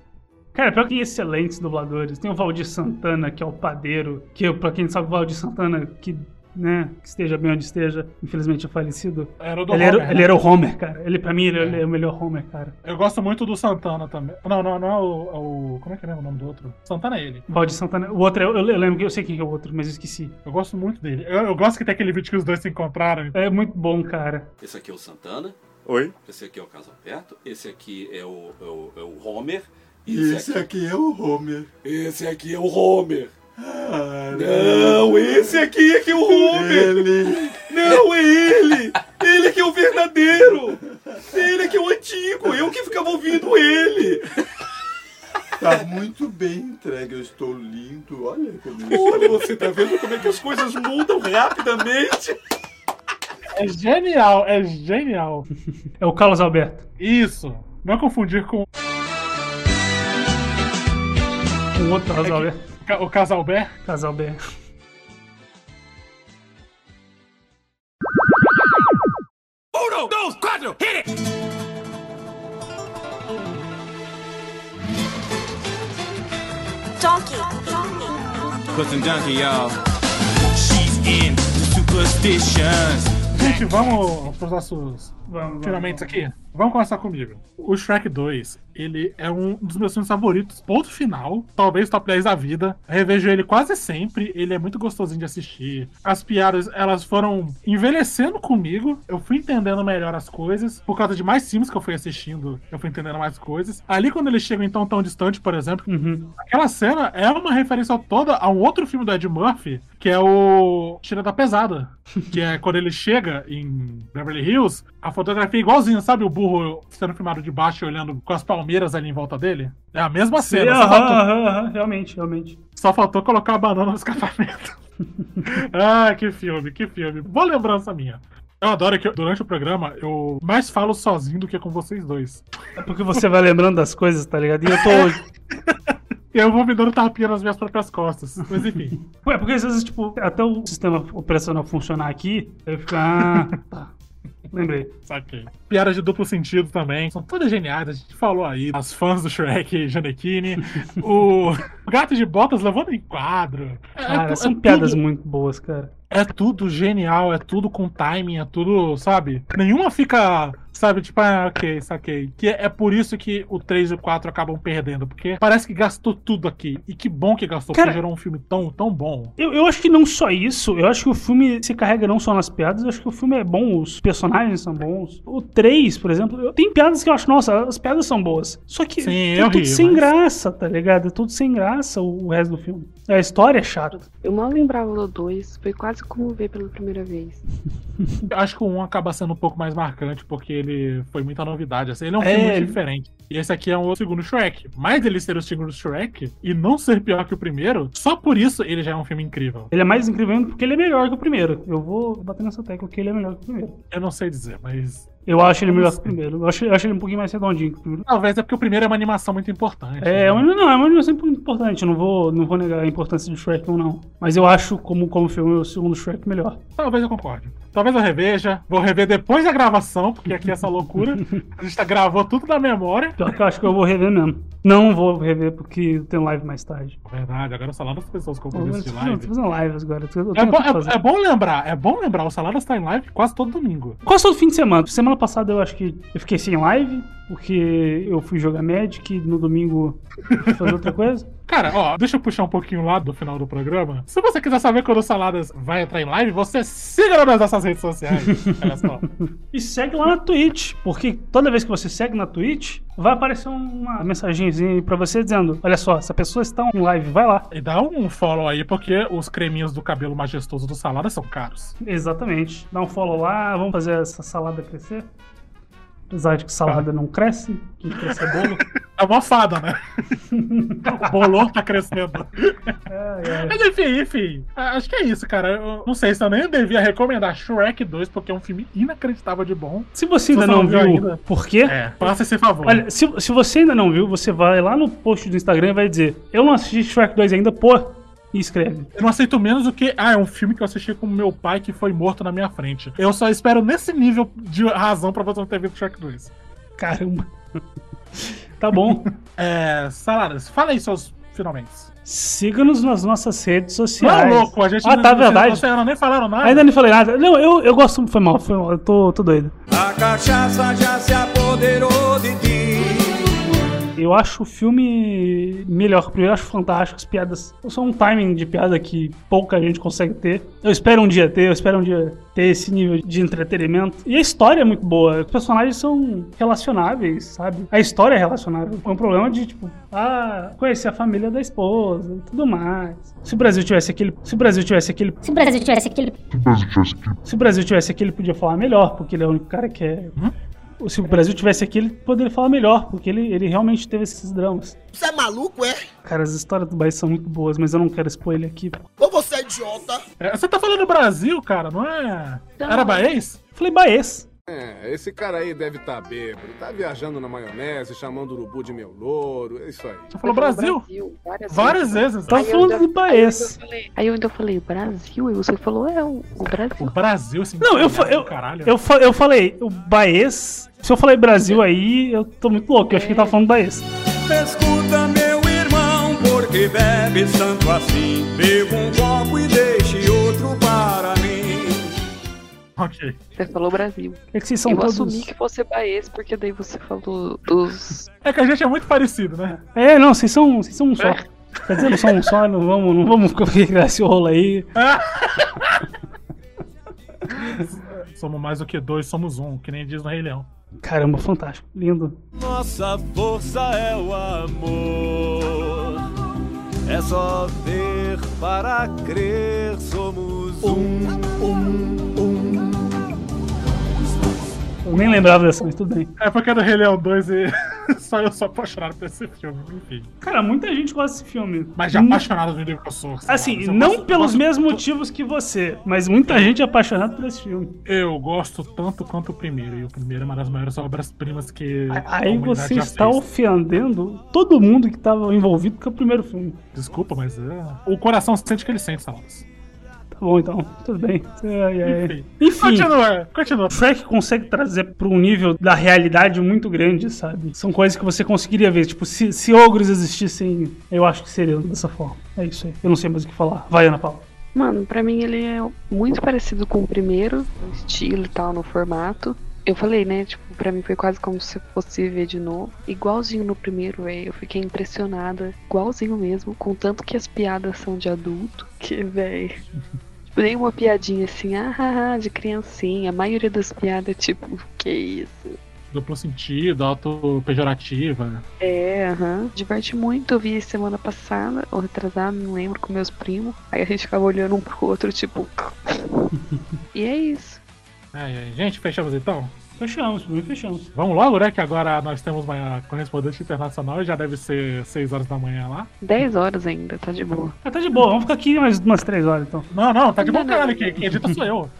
Speaker 6: Cara, pior que tem excelentes dubladores. Tem o Valdir Santana, que é o padeiro, que eu- pra quem não sabe, o Valdir Santana, que, né, que esteja bem onde esteja, infelizmente é falecido.
Speaker 5: Era o do
Speaker 6: ele, era,
Speaker 5: Homer, né?
Speaker 6: ele era o Homer, cara. Ele, pra mim, ele, ele é o melhor Homer, cara.
Speaker 5: Eu gosto muito do Santana também. Não, não, não é o. é o- como é que é o nome do outro? Santana é ele.
Speaker 6: O Valdir Santana. O outro, é- eu, eu lembro que eu sei quem que é o outro, mas eu esqueci.
Speaker 5: Eu gosto muito dele. Eu, eu gosto que tem aquele vídeo que os dois se encontraram.
Speaker 6: É muito bom, cara.
Speaker 19: Esse aqui é o Santana.
Speaker 5: Oi.
Speaker 19: Esse aqui é o Caso Alberto. Esse aqui é o, é o, é o Homer.
Speaker 20: E esse aqui é o Homer. Ah,
Speaker 19: Esse aqui é o Homer.
Speaker 20: né?
Speaker 19: Não, esse aqui é que é o Homer. Não, é ele. Ele que é o verdadeiro. Ele que é o antigo. Eu que ficava ouvindo ele.
Speaker 20: Tá muito bem entregue, eu estou lindo. Olha como
Speaker 19: Olha, você tá vendo como é que as coisas mudam rapidamente?
Speaker 5: É genial, é genial.
Speaker 6: É o Carlos Alberto.
Speaker 5: Isso. Não confundir com
Speaker 6: O outro Carlos Alberto.
Speaker 5: Ca- o Casalber.
Speaker 6: Casalberto.
Speaker 2: Uno, dois, quatro, hit it!
Speaker 16: Donkey.
Speaker 21: Put some donkey, y'all. She's in superstitions.
Speaker 5: Gente, vamos pros nossos
Speaker 6: Vamos, vamos,
Speaker 5: finalmente aqui. Vamos começar comigo. O Shrek 2, ele é um dos meus filmes favoritos, ponto final. Talvez top 10 da vida. Revejo ele quase sempre, ele é muito gostosinho de assistir. As piadas, elas foram envelhecendo comigo. Eu fui entendendo melhor as coisas. Por causa de mais filmes que eu fui assistindo, eu fui entendendo mais coisas. Ali, quando eles chegam em Tão Tão Distante, por exemplo,
Speaker 6: uhum.
Speaker 5: aquela cena é uma referência toda a um outro filme do Ed Murphy, que é o Tira da Pesada. que é quando ele chega em Beverly Hills, a fotografia é igualzinha, sabe? O burro sendo filmado de baixo e olhando com as palmeiras ali em volta dele. É a mesma cena.
Speaker 6: Aham, aham, aham, realmente, realmente.
Speaker 5: Só faltou colocar a banana no escapamento. ah, que filme, que filme. Boa lembrança minha. Eu adoro que durante o programa eu mais falo sozinho do que com vocês dois.
Speaker 6: É porque você vai lembrando das coisas, tá ligado? E eu tô.
Speaker 5: eu vou me dando tapinha nas minhas próprias costas. Mas enfim.
Speaker 6: Ué, porque às vezes, tipo, até o sistema operacional funcionar aqui, eu fico. Ah, tá. Lembrei.
Speaker 5: Saquei. Piadas de duplo sentido também. São todas geniais. A gente falou aí. As fãs do Shrek, Janekine. o gato de botas levando em quadro.
Speaker 6: Cara, é, são é piadas tudo... muito boas, cara.
Speaker 5: É tudo genial, é tudo com timing, é tudo, sabe? Nenhuma fica, sabe, tipo, ah, ok, saquei. Que é por isso que o 3 e o 4 acabam perdendo, porque parece que gastou tudo aqui. E que bom que gastou,
Speaker 6: Cara,
Speaker 5: porque gerou um filme tão, tão bom.
Speaker 6: Eu, eu acho que não só isso, eu acho que o filme se carrega não só nas piadas, eu acho que o filme é bom, os personagens são bons. O 3, por exemplo, eu, tem piadas que eu acho, nossa, as piadas são boas. Só que
Speaker 5: Sim,
Speaker 6: é
Speaker 5: eu
Speaker 6: tudo
Speaker 5: ri,
Speaker 6: sem
Speaker 5: mas-
Speaker 6: graça, tá ligado? É tudo sem graça o, o resto do filme. A história é chata.
Speaker 7: Eu mal lembrava do 2, foi quase como ver pela primeira vez.
Speaker 5: Eu acho que o 1 acaba sendo um pouco mais marcante, porque ele foi muita novidade. assim, ele é um
Speaker 6: É,
Speaker 5: filme muito
Speaker 6: ele-
Speaker 5: diferente. E esse aqui é um segundo Shrek. Mas ele ser o segundo Shrek e não ser pior que o primeiro, só por isso ele já é um filme incrível.
Speaker 6: Ele é mais incrível ainda porque ele é melhor que o primeiro. Eu vou bater nessa tecla que ele é melhor que o primeiro.
Speaker 5: Eu não sei dizer, mas.
Speaker 6: Eu acho ele melhor que o
Speaker 5: Nossa.
Speaker 6: primeiro. Eu acho, eu acho ele um pouquinho mais redondinho que o primeiro.
Speaker 5: Talvez é porque o primeiro é uma animação muito importante. né?
Speaker 6: É, mas não, é uma animação muito importante. Eu não vou, não vou negar a importância do Shrek 1, não. Mas eu acho, como, como filme, o segundo Shrek melhor.
Speaker 5: Talvez eu concorde. Talvez eu reveja. Vou rever depois da gravação, porque aqui é essa loucura. A gente tá gravou tudo da memória.
Speaker 6: Pior que eu acho que eu vou rever mesmo. Não vou rever porque tem live mais tarde.
Speaker 5: Verdade, agora o salário das pessoas com
Speaker 6: Eu
Speaker 5: compromisso de
Speaker 6: tô fazendo- tô
Speaker 5: live.
Speaker 6: fazendo lives agora. Eu
Speaker 5: É
Speaker 6: tenho
Speaker 5: bom,
Speaker 6: tudo pra fazer.
Speaker 5: é- é bom lembrar, é bom lembrar, o salário está em live quase todo domingo.
Speaker 6: Quase todo fim de semana. Semana passada eu acho que eu fiquei sem live, porque eu fui jogar Magic, no domingo fui fazer outra coisa.
Speaker 5: Cara, ó, deixa eu puxar um pouquinho lá do final do programa. Se você quiser saber quando o Saladas vai entrar em live, você siga nas nossas redes sociais. Olha só.
Speaker 6: E segue lá na Twitch, porque toda vez que você segue na Twitch, vai aparecer uma mensagenzinha aí pra você dizendo: Olha só, essa pessoa está em live, vai lá.
Speaker 5: E dá um follow aí, porque os creminhos do cabelo majestoso do Saladas são caros.
Speaker 6: Exatamente. Dá um follow lá, vamos fazer essa salada crescer. Apesar de que
Speaker 5: Tá.
Speaker 6: salada não cresce, quem cresce é bolo.
Speaker 5: É uma fada, né? o bolor tá crescendo. Mas enfim, enfim. a- Acho que é isso, cara. Eu não sei se eu nem devia recomendar Shrek 2, porque é um filme inacreditável de bom.
Speaker 6: Se você
Speaker 5: Se
Speaker 6: ainda
Speaker 5: você
Speaker 6: não
Speaker 5: não
Speaker 6: viu,
Speaker 5: viu ainda,
Speaker 6: por quê?
Speaker 5: É. Faça esse favor.
Speaker 6: Olha, se, se você ainda não viu, você vai lá no post do Instagram e vai dizer: Eu não assisti Shrek 2 ainda, pô, e escreve.
Speaker 5: Eu não aceito menos do que. Ah, é um filme que eu assisti com meu pai que foi morto na minha frente. Eu só espero nesse nível de razão pra um você não ter visto Shrek 2.
Speaker 6: Caramba. Tá bom.
Speaker 5: É. Saladas, fala aí seus finalmente.
Speaker 6: Siga-nos nas nossas redes
Speaker 5: Não, é
Speaker 6: sociais.
Speaker 5: louco, a gente
Speaker 6: Ah,
Speaker 5: não,
Speaker 6: tá,
Speaker 5: vocês-
Speaker 6: verdade.
Speaker 5: Vocês não nem falaram nada.
Speaker 6: Ainda não falei nada. Não, eu, eu gosto. Foi mal, foi mal. Eu tô, tô doido.
Speaker 4: A cachaça já se apoderou de ti.
Speaker 6: Eu acho o filme melhor que o primeiro, eu acho fantástico, as piadas. Só um timing de piada que pouca gente consegue ter. Eu espero um dia ter, eu espero um dia ter esse nível de entretenimento. E a história é muito boa, os personagens são relacionáveis, sabe? A história é relacionável. É um problema de, tipo, ah, conhecer a família da esposa e tudo mais. Se o Brasil tivesse aquele. Se o Brasil tivesse aquele. Se o Brasil tivesse aquele. Se o Brasil tivesse aqui, ele podia falar melhor, porque ele é o único cara que é.
Speaker 5: Hum?
Speaker 6: Se o Brasil tivesse aqui, ele poderia falar melhor, porque ele, ele realmente teve esses dramas.
Speaker 2: Você é maluco, é?
Speaker 6: Cara, as histórias do Bahia são muito boas, mas eu não quero expor ele aqui.
Speaker 2: Ou você é idiota?
Speaker 5: É, você tá falando Brasil, cara, não é.
Speaker 6: Não.
Speaker 5: Era Baez?
Speaker 6: Falei Baez.
Speaker 1: É, esse cara aí deve estar tá bêbado, tá viajando na maionese, chamando o urubu de meu louro, é isso aí.
Speaker 5: Você falou Brasil?
Speaker 7: várias,
Speaker 5: Várias vezes. Tá
Speaker 7: Aí eu ainda-
Speaker 2: assim.
Speaker 6: Baez.
Speaker 7: Aí eu ainda falei, Brasil, e você falou, é o, o Brasil.
Speaker 5: O Brasil, esse
Speaker 6: Não, eu, fa- eu,
Speaker 5: caralho.
Speaker 6: eu, fa- eu falei o Baez. Se eu falei Brasil aí, eu tô muito louco, eu achei que tava falando Baez.
Speaker 4: Escuta, meu irmão, porque bebe tanto assim? Beba um copo e deixe outro para mim.
Speaker 5: Ok.
Speaker 7: Você falou Brasil.
Speaker 6: É que vocês são
Speaker 7: Eu
Speaker 6: todos...
Speaker 7: assumi que fosse baês, porque daí você falou dos.
Speaker 5: É que a gente é muito parecido, né?
Speaker 6: É, não, vocês são, vocês são um só.
Speaker 5: É.
Speaker 6: Quer dizer, não são um só, não vamos, não vamos ficar esse rolo aí.
Speaker 5: somos mais do que dois, somos um, que nem diz no Rei Leão.
Speaker 6: Caramba, fantástico, lindo.
Speaker 10: Nossa força é o amor. É só ver para crer, somos um, um, um.
Speaker 6: Eu nem lembrava dessa, mas tudo bem.
Speaker 5: É porque é do Rei Leão 2 e só eu sou apaixonado por esse filme, enfim.
Speaker 6: Cara, muita gente gosta desse filme.
Speaker 5: Mas de apaixonado do livro que eu sou. sei lá,
Speaker 6: Assim,
Speaker 5: mas eu
Speaker 6: não
Speaker 5: gosto-
Speaker 6: pelos
Speaker 5: gosto-
Speaker 6: mesmos motivos que você, mas muita gente é apaixonada por esse filme.
Speaker 5: Eu gosto tanto quanto o primeiro, e o primeiro é uma das maiores obras-primas que. a
Speaker 6: Aí
Speaker 5: humanidade
Speaker 6: você
Speaker 5: já
Speaker 6: está
Speaker 5: fez.
Speaker 6: ofendendo todo mundo que estava envolvido com o primeiro filme.
Speaker 5: Desculpa, mas é, o coração sente o que ele sente, Salas.
Speaker 6: Tá bom então, tudo bem. Ai, ai.
Speaker 5: Enfim.
Speaker 6: Enfim.
Speaker 5: Continua, continua.
Speaker 6: Shrek consegue trazer para um nível da realidade muito grande, sabe? São coisas que você conseguiria ver. Tipo, se, se ogros existissem, eu acho que seria dessa forma. É isso aí. Eu não sei mais o que falar. Vai, Ana Paula.
Speaker 7: Mano, pra mim ele é muito parecido com o primeiro, no estilo e tal, no formato. Eu falei, né? Tipo, pra mim foi quase como se fosse ver de novo. Igualzinho no primeiro, velho. Eu fiquei impressionada. Igualzinho mesmo. Contanto que as piadas são de adulto. Que, velho. Tipo, nem uma piadinha assim, ah, ah, ah, de criancinha. A maioria das piadas é tipo, que isso?
Speaker 5: Duplo sentido, auto-pejorativa.
Speaker 7: É, aham. Diverte muito. Eu vi semana passada, ou retrasada, não lembro, com meus primos. Aí a gente ficava olhando um pro outro, tipo. e é isso.
Speaker 5: Ai, ai. Gente, fechamos então?
Speaker 6: Fechamos, Bruno, fechamos.
Speaker 5: Vamos logo, né? Que agora nós temos uma correspondente internacional e já deve ser 6 horas da manhã lá.
Speaker 7: 10 horas ainda, tá de boa.
Speaker 6: Ah, tá de boa, vamos ficar aqui mais umas três horas então.
Speaker 5: Não, não, tá de bom
Speaker 7: Não, não,
Speaker 5: caralho
Speaker 7: não,
Speaker 5: aqui. Quem edita sou eu.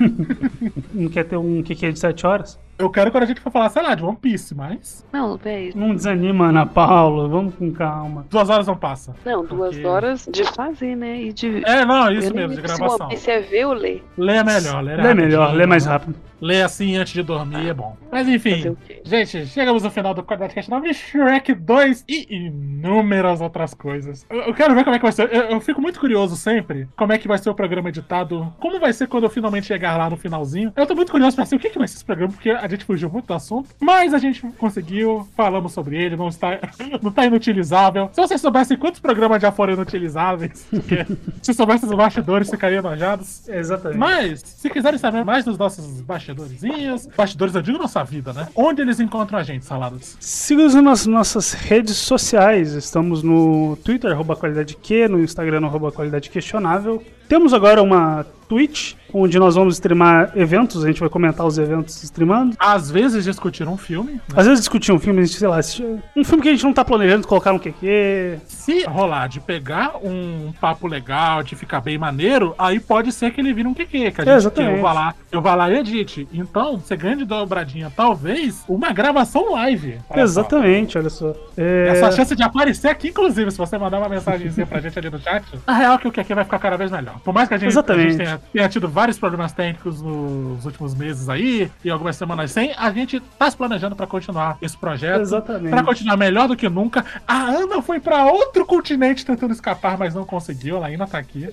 Speaker 6: Não quer ter um QQ de sete horas?
Speaker 5: Eu quero quando a gente for falar, sei lá, de One Piece, mas.
Speaker 7: Não, velho.
Speaker 6: Não desanima, Ana Paula. Vamos com calma.
Speaker 5: Duas horas não passa.
Speaker 7: Não, duas
Speaker 5: Porque-
Speaker 7: horas de fazer, né? E de.
Speaker 5: É, não, isso
Speaker 7: Eu nem
Speaker 5: mesmo, de
Speaker 7: lembro se
Speaker 5: gravação.
Speaker 7: o One Piece é ver ou ler.
Speaker 5: Lê é melhor, lê,
Speaker 6: Lê melhor, lê mais rápido.
Speaker 5: Lê assim antes de dormir, é bom. Mas enfim, gente, chegamos ao final do Qualidade Cast 9 de Shrek 2 e inúmeras outras coisas. Eu, eu quero ver como é que vai ser. Eu, eu fico muito curioso sempre como é que vai ser o programa editado, como vai ser quando eu finalmente chegar lá no finalzinho. Eu tô muito curioso pra saber o que, que vai ser esse programa, porque a gente fugiu muito do assunto, mas a gente conseguiu, falamos sobre ele, não está, não tá inutilizável. Se vocês soubessem quantos programas já foram inutilizáveis, porque se soubessem os bastidores, ficariam enojados.
Speaker 6: Exatamente.
Speaker 5: Mas, se quiserem saber mais dos nossos bastidorzinhos, bastidores, eu digo nossa vida, né? Onde eles encontram a gente, saladas?
Speaker 6: Siga-nos nas nossas redes sociais. Estamos no Twitter, arroba qualidade Q, no Instagram, no arroba qualidade questionável. Temos agora uma Twitch, onde nós vamos streamar eventos, a gente vai comentar os eventos streamando.
Speaker 5: Às vezes discutir um filme.
Speaker 6: Às vezes discutir um filme, a gente, sei lá, assistir- um filme que a gente não tá planejando colocar no QQ.
Speaker 5: Se rolar de pegar um papo legal, de ficar bem maneiro, aí pode ser que ele vire um QQ, que a
Speaker 6: É,
Speaker 5: gente
Speaker 6: exatamente.
Speaker 5: que eu vá lá, eu vá lá e edite. Então, você ganha de dobradinha, talvez, uma gravação live. Olha só.
Speaker 6: Exatamente, olha só. É...
Speaker 5: Essa chance de aparecer aqui, inclusive, se você mandar uma mensagenzinha pra gente ali no chat, na real é que o QQ vai ficar cada vez melhor. Por mais que a gente,
Speaker 6: Exatamente.
Speaker 5: a gente tenha, tenha tido vários problemas técnicos nos últimos meses aí, e algumas semanas sem, a gente tá se planejando pra continuar esse projeto.
Speaker 6: Exatamente.
Speaker 5: Pra continuar melhor do que nunca. A Ana foi pra outro continente tentando escapar, mas não conseguiu. Ela ainda tá aqui.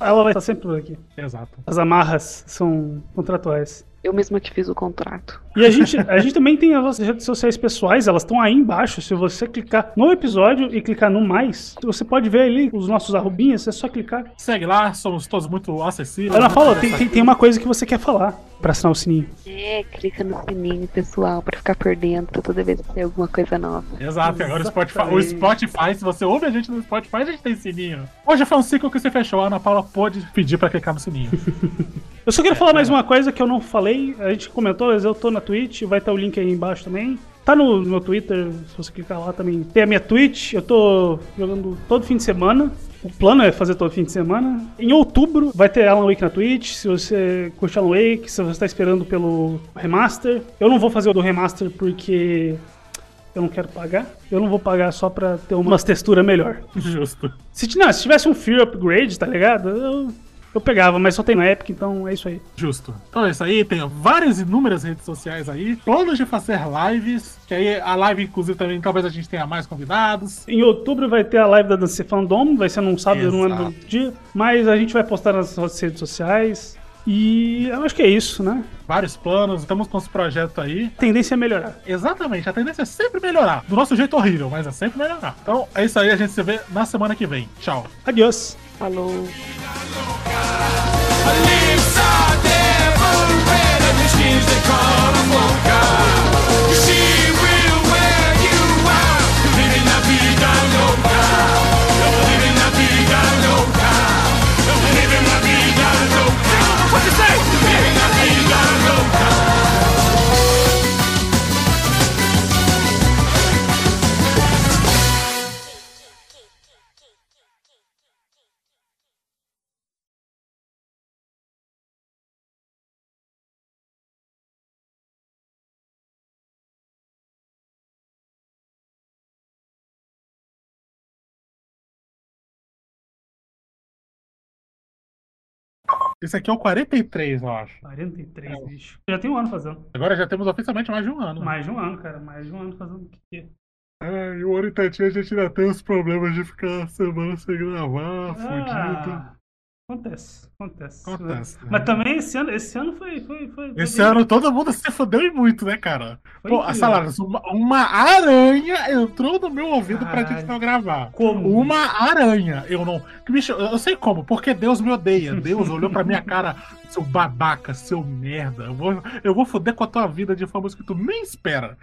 Speaker 6: Ela vai estar sempre por aqui.
Speaker 5: Exato.
Speaker 6: As amarras são contratuais.
Speaker 7: Eu mesma que fiz o contrato.
Speaker 6: E a gente, a gente também tem as nossas redes sociais pessoais, elas estão aí embaixo. Se você clicar no episódio e clicar no mais, você pode ver ali os nossos arrobinhas, é só clicar.
Speaker 5: Segue lá, somos todos muito acessíveis.
Speaker 6: Ana Paula, tem, tem, tem uma coisa que você quer falar pra assinar o sininho.
Speaker 7: É, clica no sininho, pessoal, pra ficar por dentro toda vez que tem alguma coisa nova.
Speaker 5: Exato, e agora o Spotify, o Spotify, se você ouve a gente no Spotify, a gente tem sininho. Hoje foi um ciclo que você fechou, a Ana Paula pôde pedir pra clicar no sininho.
Speaker 6: Eu só queria falar mais uma coisa que eu não falei, a gente comentou, mas eu tô na Twitch, vai estar o link aí embaixo também. Tá no meu Twitter, se você clicar lá também. Tem a minha Twitch, eu tô jogando todo fim de semana. O plano é fazer todo fim de semana. Em outubro vai ter Alan Wake na Twitch, se você curte Alan Wake, se você tá esperando pelo remaster. Eu não vou fazer o do remaster porque eu não quero pagar. Eu não vou pagar só pra ter umas texturas melhor.
Speaker 5: Justo.
Speaker 6: Se, ti- não, se tivesse um Fear Upgrade, tá ligado? Eu, eu pegava, mas só tem na Epic, então é isso aí.
Speaker 5: Justo. Então é isso aí, tem várias inúmeras redes sociais aí, planos de fazer lives, que aí a live, inclusive, também talvez a gente tenha mais convidados.
Speaker 6: Em outubro vai ter a live da Dance Fandom, vai ser num sábado, eu não lembro
Speaker 5: Exato.
Speaker 6: do dia, mas a gente vai postar nas nossas redes sociais. E eu acho que é isso, né?
Speaker 5: Vários planos, estamos com esse projeto aí.
Speaker 6: A tendência é melhorar.
Speaker 5: Exatamente, a tendência é sempre melhorar. Do nosso jeito horrível, mas é sempre melhorar. Então é isso aí, a gente se vê na semana que vem. Tchau.
Speaker 6: Adiós.
Speaker 7: Falou.
Speaker 8: What you say? Living la vida loca.
Speaker 5: Esse aqui é o 43, eu acho.
Speaker 6: 43, é. bicho. Já tem um ano fazendo.
Speaker 5: Agora já temos oficialmente mais de um ano.
Speaker 6: Mais de um ano, cara. Mais de um ano fazendo o que
Speaker 5: é, e o ano e Tatinha a gente ainda tem os problemas de ficar semana sem gravar, ah,
Speaker 6: Acontece, acontece.
Speaker 5: Acontece. né?
Speaker 6: Mas, mas, também esse ano, esse ano foi. foi, foi, foi
Speaker 5: esse bem... ano todo mundo se fodeu e muito, né, cara? Foi Pô, Salaras, uma, uma, aranha entrou no meu ouvido Caralho. pra gente não gravar.
Speaker 6: Como?
Speaker 5: Uma aranha. Eu não. Bicho, eu sei como, porque Deus me odeia. Deus olhou pra minha cara, seu babaca, seu merda. Eu vou, eu vou foder com a tua vida de forma que tu nem espera.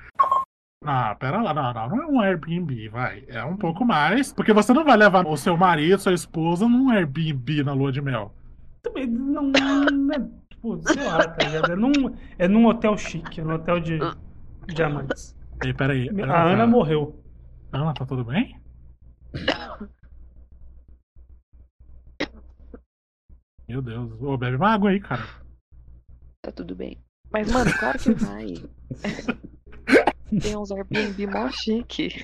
Speaker 5: Ah, pera lá, não, não, não é um Airbnb, vai. É um pouco mais, porque você não vai levar o seu marido, sua esposa num Airbnb na lua de mel.
Speaker 6: Também não, não é, tipo, sei lá, tá ligado? É num, é num hotel chique, é num hotel de diamantes.
Speaker 5: Ei, peraí.
Speaker 6: A Ana, Ana morreu.
Speaker 5: Ana, tá tudo bem? Meu Deus, ô, bebe uma água aí, cara.
Speaker 7: Tá tudo bem. Mas, mano, claro que vai. Tem uns Airbnb mó chique.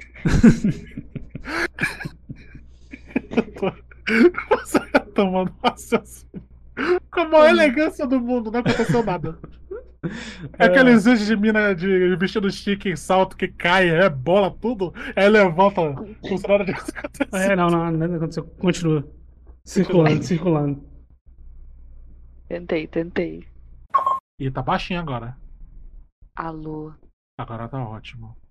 Speaker 5: Eu tô... Você tá tomando raciocínio. Com a maior elegância do mundo, não aconteceu nada. É. Aqueles vídeos de mina de vestido chique em salto que cai, é bola tudo, aí levanta funcionário de
Speaker 6: É, não, não, nada aconteceu. Continua. Circulando, circulando.
Speaker 7: Tentei, tentei.
Speaker 5: E tá baixinho agora.
Speaker 7: Alô.
Speaker 5: Agora tá ótimo.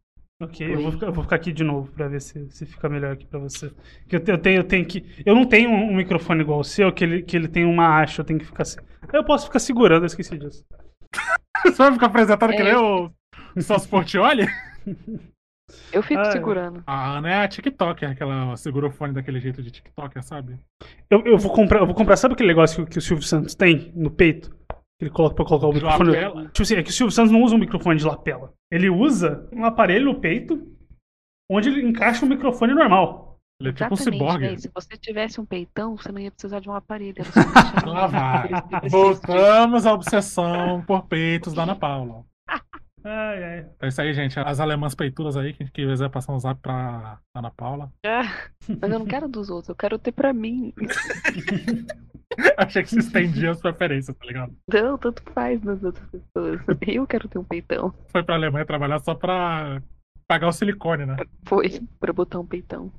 Speaker 6: Ok, eu vou, ficar, eu vou, ficar, aqui de novo pra ver se, se fica melhor aqui pra você. Que eu, te, eu, tenho, eu tenho que. Eu não tenho um microfone igual o seu, que ele, que ele tem uma haste, eu tenho que ficar. Eu posso ficar segurando, eu esqueci disso.
Speaker 5: você vai ficar apresentando é. que nem o Celso Portioli?
Speaker 7: Eu fico ah, segurando.
Speaker 5: A Ana é a TikToker, aquela segura o fone daquele jeito de TikToker, sabe?
Speaker 6: Eu, eu, vou comprar, eu vou comprar, sabe aquele negócio que, que o Silvio Santos tem no peito? Ele coloca pra colocar o de microfone. Lapela. Tipo assim, é que o Silvio Santos não usa um microfone de lapela. Ele usa um aparelho no peito onde ele encaixa um microfone normal.
Speaker 5: Ele é tipo um ciborgue.
Speaker 7: Né? Se você tivesse um peitão, você não ia precisar de um aparelho.
Speaker 5: Lá Ah, vai. Voltamos à obsessão por peitos da Ana Paula.
Speaker 6: Ai, ai.
Speaker 5: É isso aí, gente. As alemãs peituras aí, quem quiser passar um zap pra Ana Paula.
Speaker 7: É, mas eu não quero dos outros, eu quero ter pra mim.
Speaker 5: Achei que se estendia as preferências, tá ligado?
Speaker 7: Não, tanto faz nas outras pessoas. Eu quero ter um peitão.
Speaker 5: Foi pra Alemanha trabalhar só pra pagar o silicone, né?
Speaker 7: Foi, pra botar um peitão.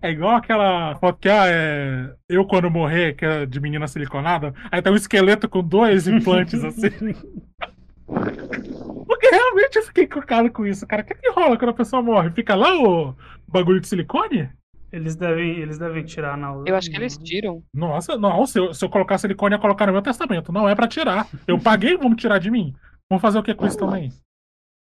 Speaker 5: É igual aquela foto que ah, é eu quando morrer, que é de menina siliconada, aí tá um esqueleto com dois implantes assim. Porque realmente eu fiquei cocado com isso, cara. O que, que rola quando a pessoa morre? Fica lá o bagulho de silicone?
Speaker 6: Eles devem, eles devem tirar na.
Speaker 7: Eu acho que eles
Speaker 5: Uhum.
Speaker 7: tiram.
Speaker 5: Nossa, não, se eu, se eu colocar silicone, ia colocar no meu testamento. Não é pra tirar. Eu paguei, vamos tirar de mim. Vamos fazer o que com isso também?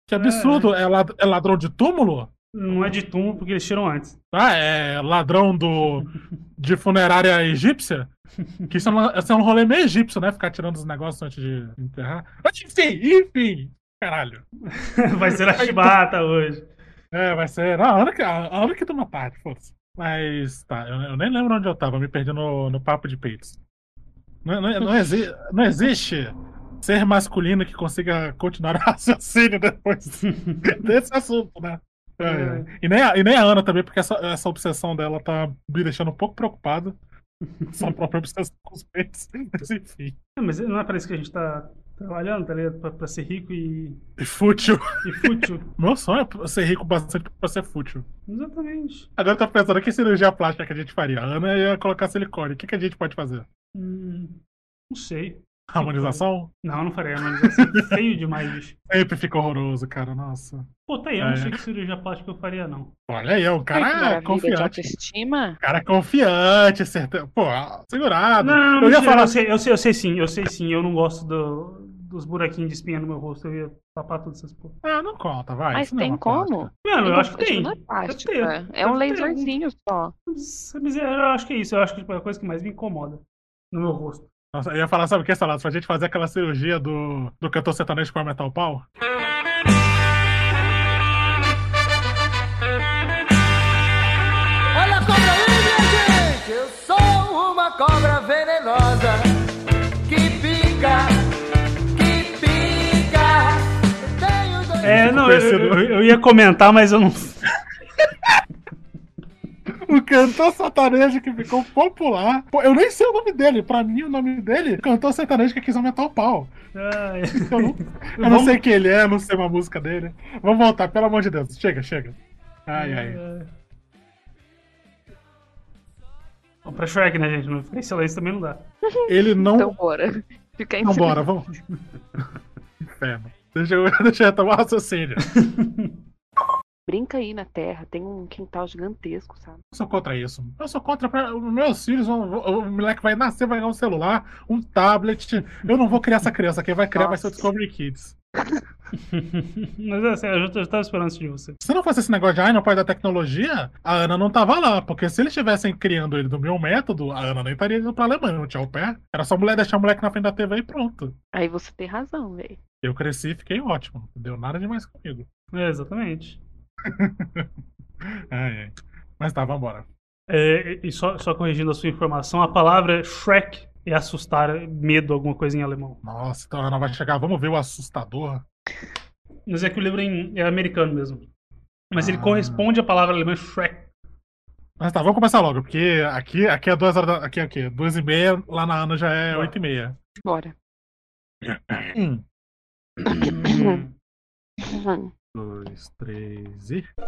Speaker 5: Que absurdo. É, é ladrão de túmulo?
Speaker 6: Não é de túmulo porque eles tiram antes.
Speaker 5: Ah, é ladrão do de funerária egípcia? Que isso é, um, isso é um rolê meio egípcio, né? Ficar tirando os negócios antes de enterrar. Mas enfim, enfim. Caralho.
Speaker 6: Vai ser a
Speaker 7: Então.
Speaker 6: chibata hoje.
Speaker 5: É, vai ser. Não, a hora que, a hora que tu matar, foda-se. Mas tá, eu, eu, nem lembro onde eu tava, me perdi no, no papo de peitos. Não, não, não, exi não existe ser masculino que consiga continuar o raciocínio depois desse assunto, né? É, é. E, nem a, e nem a Ana também, porque essa, essa obsessão dela tá me deixando um pouco preocupado. Sua própria obsessão com os peitos, mas enfim.
Speaker 6: É, mas não é para isso que a gente tá trabalhando, tá ligado? Pra, pra ser rico e.
Speaker 5: E fútil.
Speaker 6: E fútil.
Speaker 5: Meu sonho é ser rico bastante pra ser fútil.
Speaker 6: Exatamente.
Speaker 5: Agora eu tô pensando que cirurgia plástica que a gente faria. A Ana ia colocar silicone. O que, que a gente pode fazer?
Speaker 6: Hum. Não sei.
Speaker 5: Harmonização?
Speaker 6: Não, não farei harmonização. Feio demais, bicho.
Speaker 5: Sempre ficou horroroso, cara. Nossa.
Speaker 6: Pô, tá aí,
Speaker 5: É.
Speaker 6: eu não sei que cirurgia plástica eu faria, não.
Speaker 5: Olha aí, o
Speaker 6: Ai, que
Speaker 5: cara
Speaker 6: maravilha,
Speaker 5: confiante.
Speaker 6: de
Speaker 5: autoestima? cara confiante, certeza. Pô, segurado.
Speaker 6: Não, não,
Speaker 5: eu ia
Speaker 6: mentira,
Speaker 5: falar assim,
Speaker 6: eu, sei, eu, sei, eu sei sim, eu sei sim. Eu não gosto do- dos buraquinhos de espinha no meu rosto. Eu ia tapar todas essas porra.
Speaker 5: Ah, não conta, vai.
Speaker 6: Mas
Speaker 5: isso não é
Speaker 6: tem
Speaker 5: uma plástica.
Speaker 6: como? Mano, eu acho que tem.
Speaker 7: Não é plástica.
Speaker 6: Deve ter.
Speaker 7: É um
Speaker 6: Deve ter
Speaker 7: laserzinho só.
Speaker 6: Mas eu acho que é isso. Eu acho que tipo, é a coisa que mais me incomoda no meu rosto.
Speaker 5: Nossa, eu ia falar, sabe o que, Salado? Pra gente fazer aquela cirurgia do, do cantor sertanejo com a Metal Pau.
Speaker 8: Olha a cobra aí, minha gente! Eu sou uma cobra venenosa que pica, que pica. Tenho dois
Speaker 6: É, não, eu, eu- eu- eu ia comentar, mas eu não.
Speaker 5: O cantor sertanejo que ficou popular. Pô, eu nem sei o nome dele. Pra mim, o nome dele, cantor sertanejo que quis aumentar o pau.
Speaker 6: Ai.
Speaker 5: Eu não, eu não sei quem ele é, eu não sei uma música dele. Vamos voltar, pelo amor de Deus. Chega, chega. Ai, ai.
Speaker 6: Bom, Pra Shrek, né, gente? Não ficar em silêncio também não dá.
Speaker 5: Ele não.
Speaker 6: Então
Speaker 7: bora. Fica em
Speaker 5: Então bora,
Speaker 6: silêncio.
Speaker 5: vamos. Inferno. Deixa eu, deixa eu retomar o raciocínio.
Speaker 7: Brinca aí na terra, tem um quintal gigantesco, sabe?
Speaker 5: Eu sou contra isso. Eu sou contra. Pra... os Meus filhos, vão... o moleque vai nascer, vai ganhar um celular, um tablet. Eu não vou criar essa criança. Quem vai criar vai ser o Discovery Kids.
Speaker 6: Mas é sério, eu já eu tava esperando isso de você.
Speaker 5: Se não fosse esse negócio de, ai, não pode dar tecnologia, a Ana não tava lá. Porque se eles estivessem criando ele do meu método, a Ana nem estaria indo pra Alemanha, não tinha o pé. Era só a mulher deixar o moleque na frente da TV e pronto.
Speaker 7: Aí você tem razão, velho.
Speaker 5: Eu cresci e fiquei ótimo. Não deu nada demais comigo.
Speaker 6: É, exatamente.
Speaker 5: Ai, ai. Mas tá, vambora.
Speaker 6: É, e só, só corrigindo a sua informação, a palavra Shrek é assustar, medo, alguma coisa em alemão.
Speaker 5: Nossa, então a Ana vai chegar. Vamos ver o assustador.
Speaker 6: Mas é que o livro é, em- é americano mesmo. Mas
Speaker 5: Ah.
Speaker 6: ele corresponde à palavra alemã Shrek.
Speaker 5: Mas tá, vamos começar logo, porque aqui, aqui é duas horas da, Aqui é o quê? Duas e meia, lá na Ana já é oito e meia.
Speaker 7: Bora.
Speaker 5: Um,
Speaker 7: Hum.
Speaker 5: dois, Um, três e.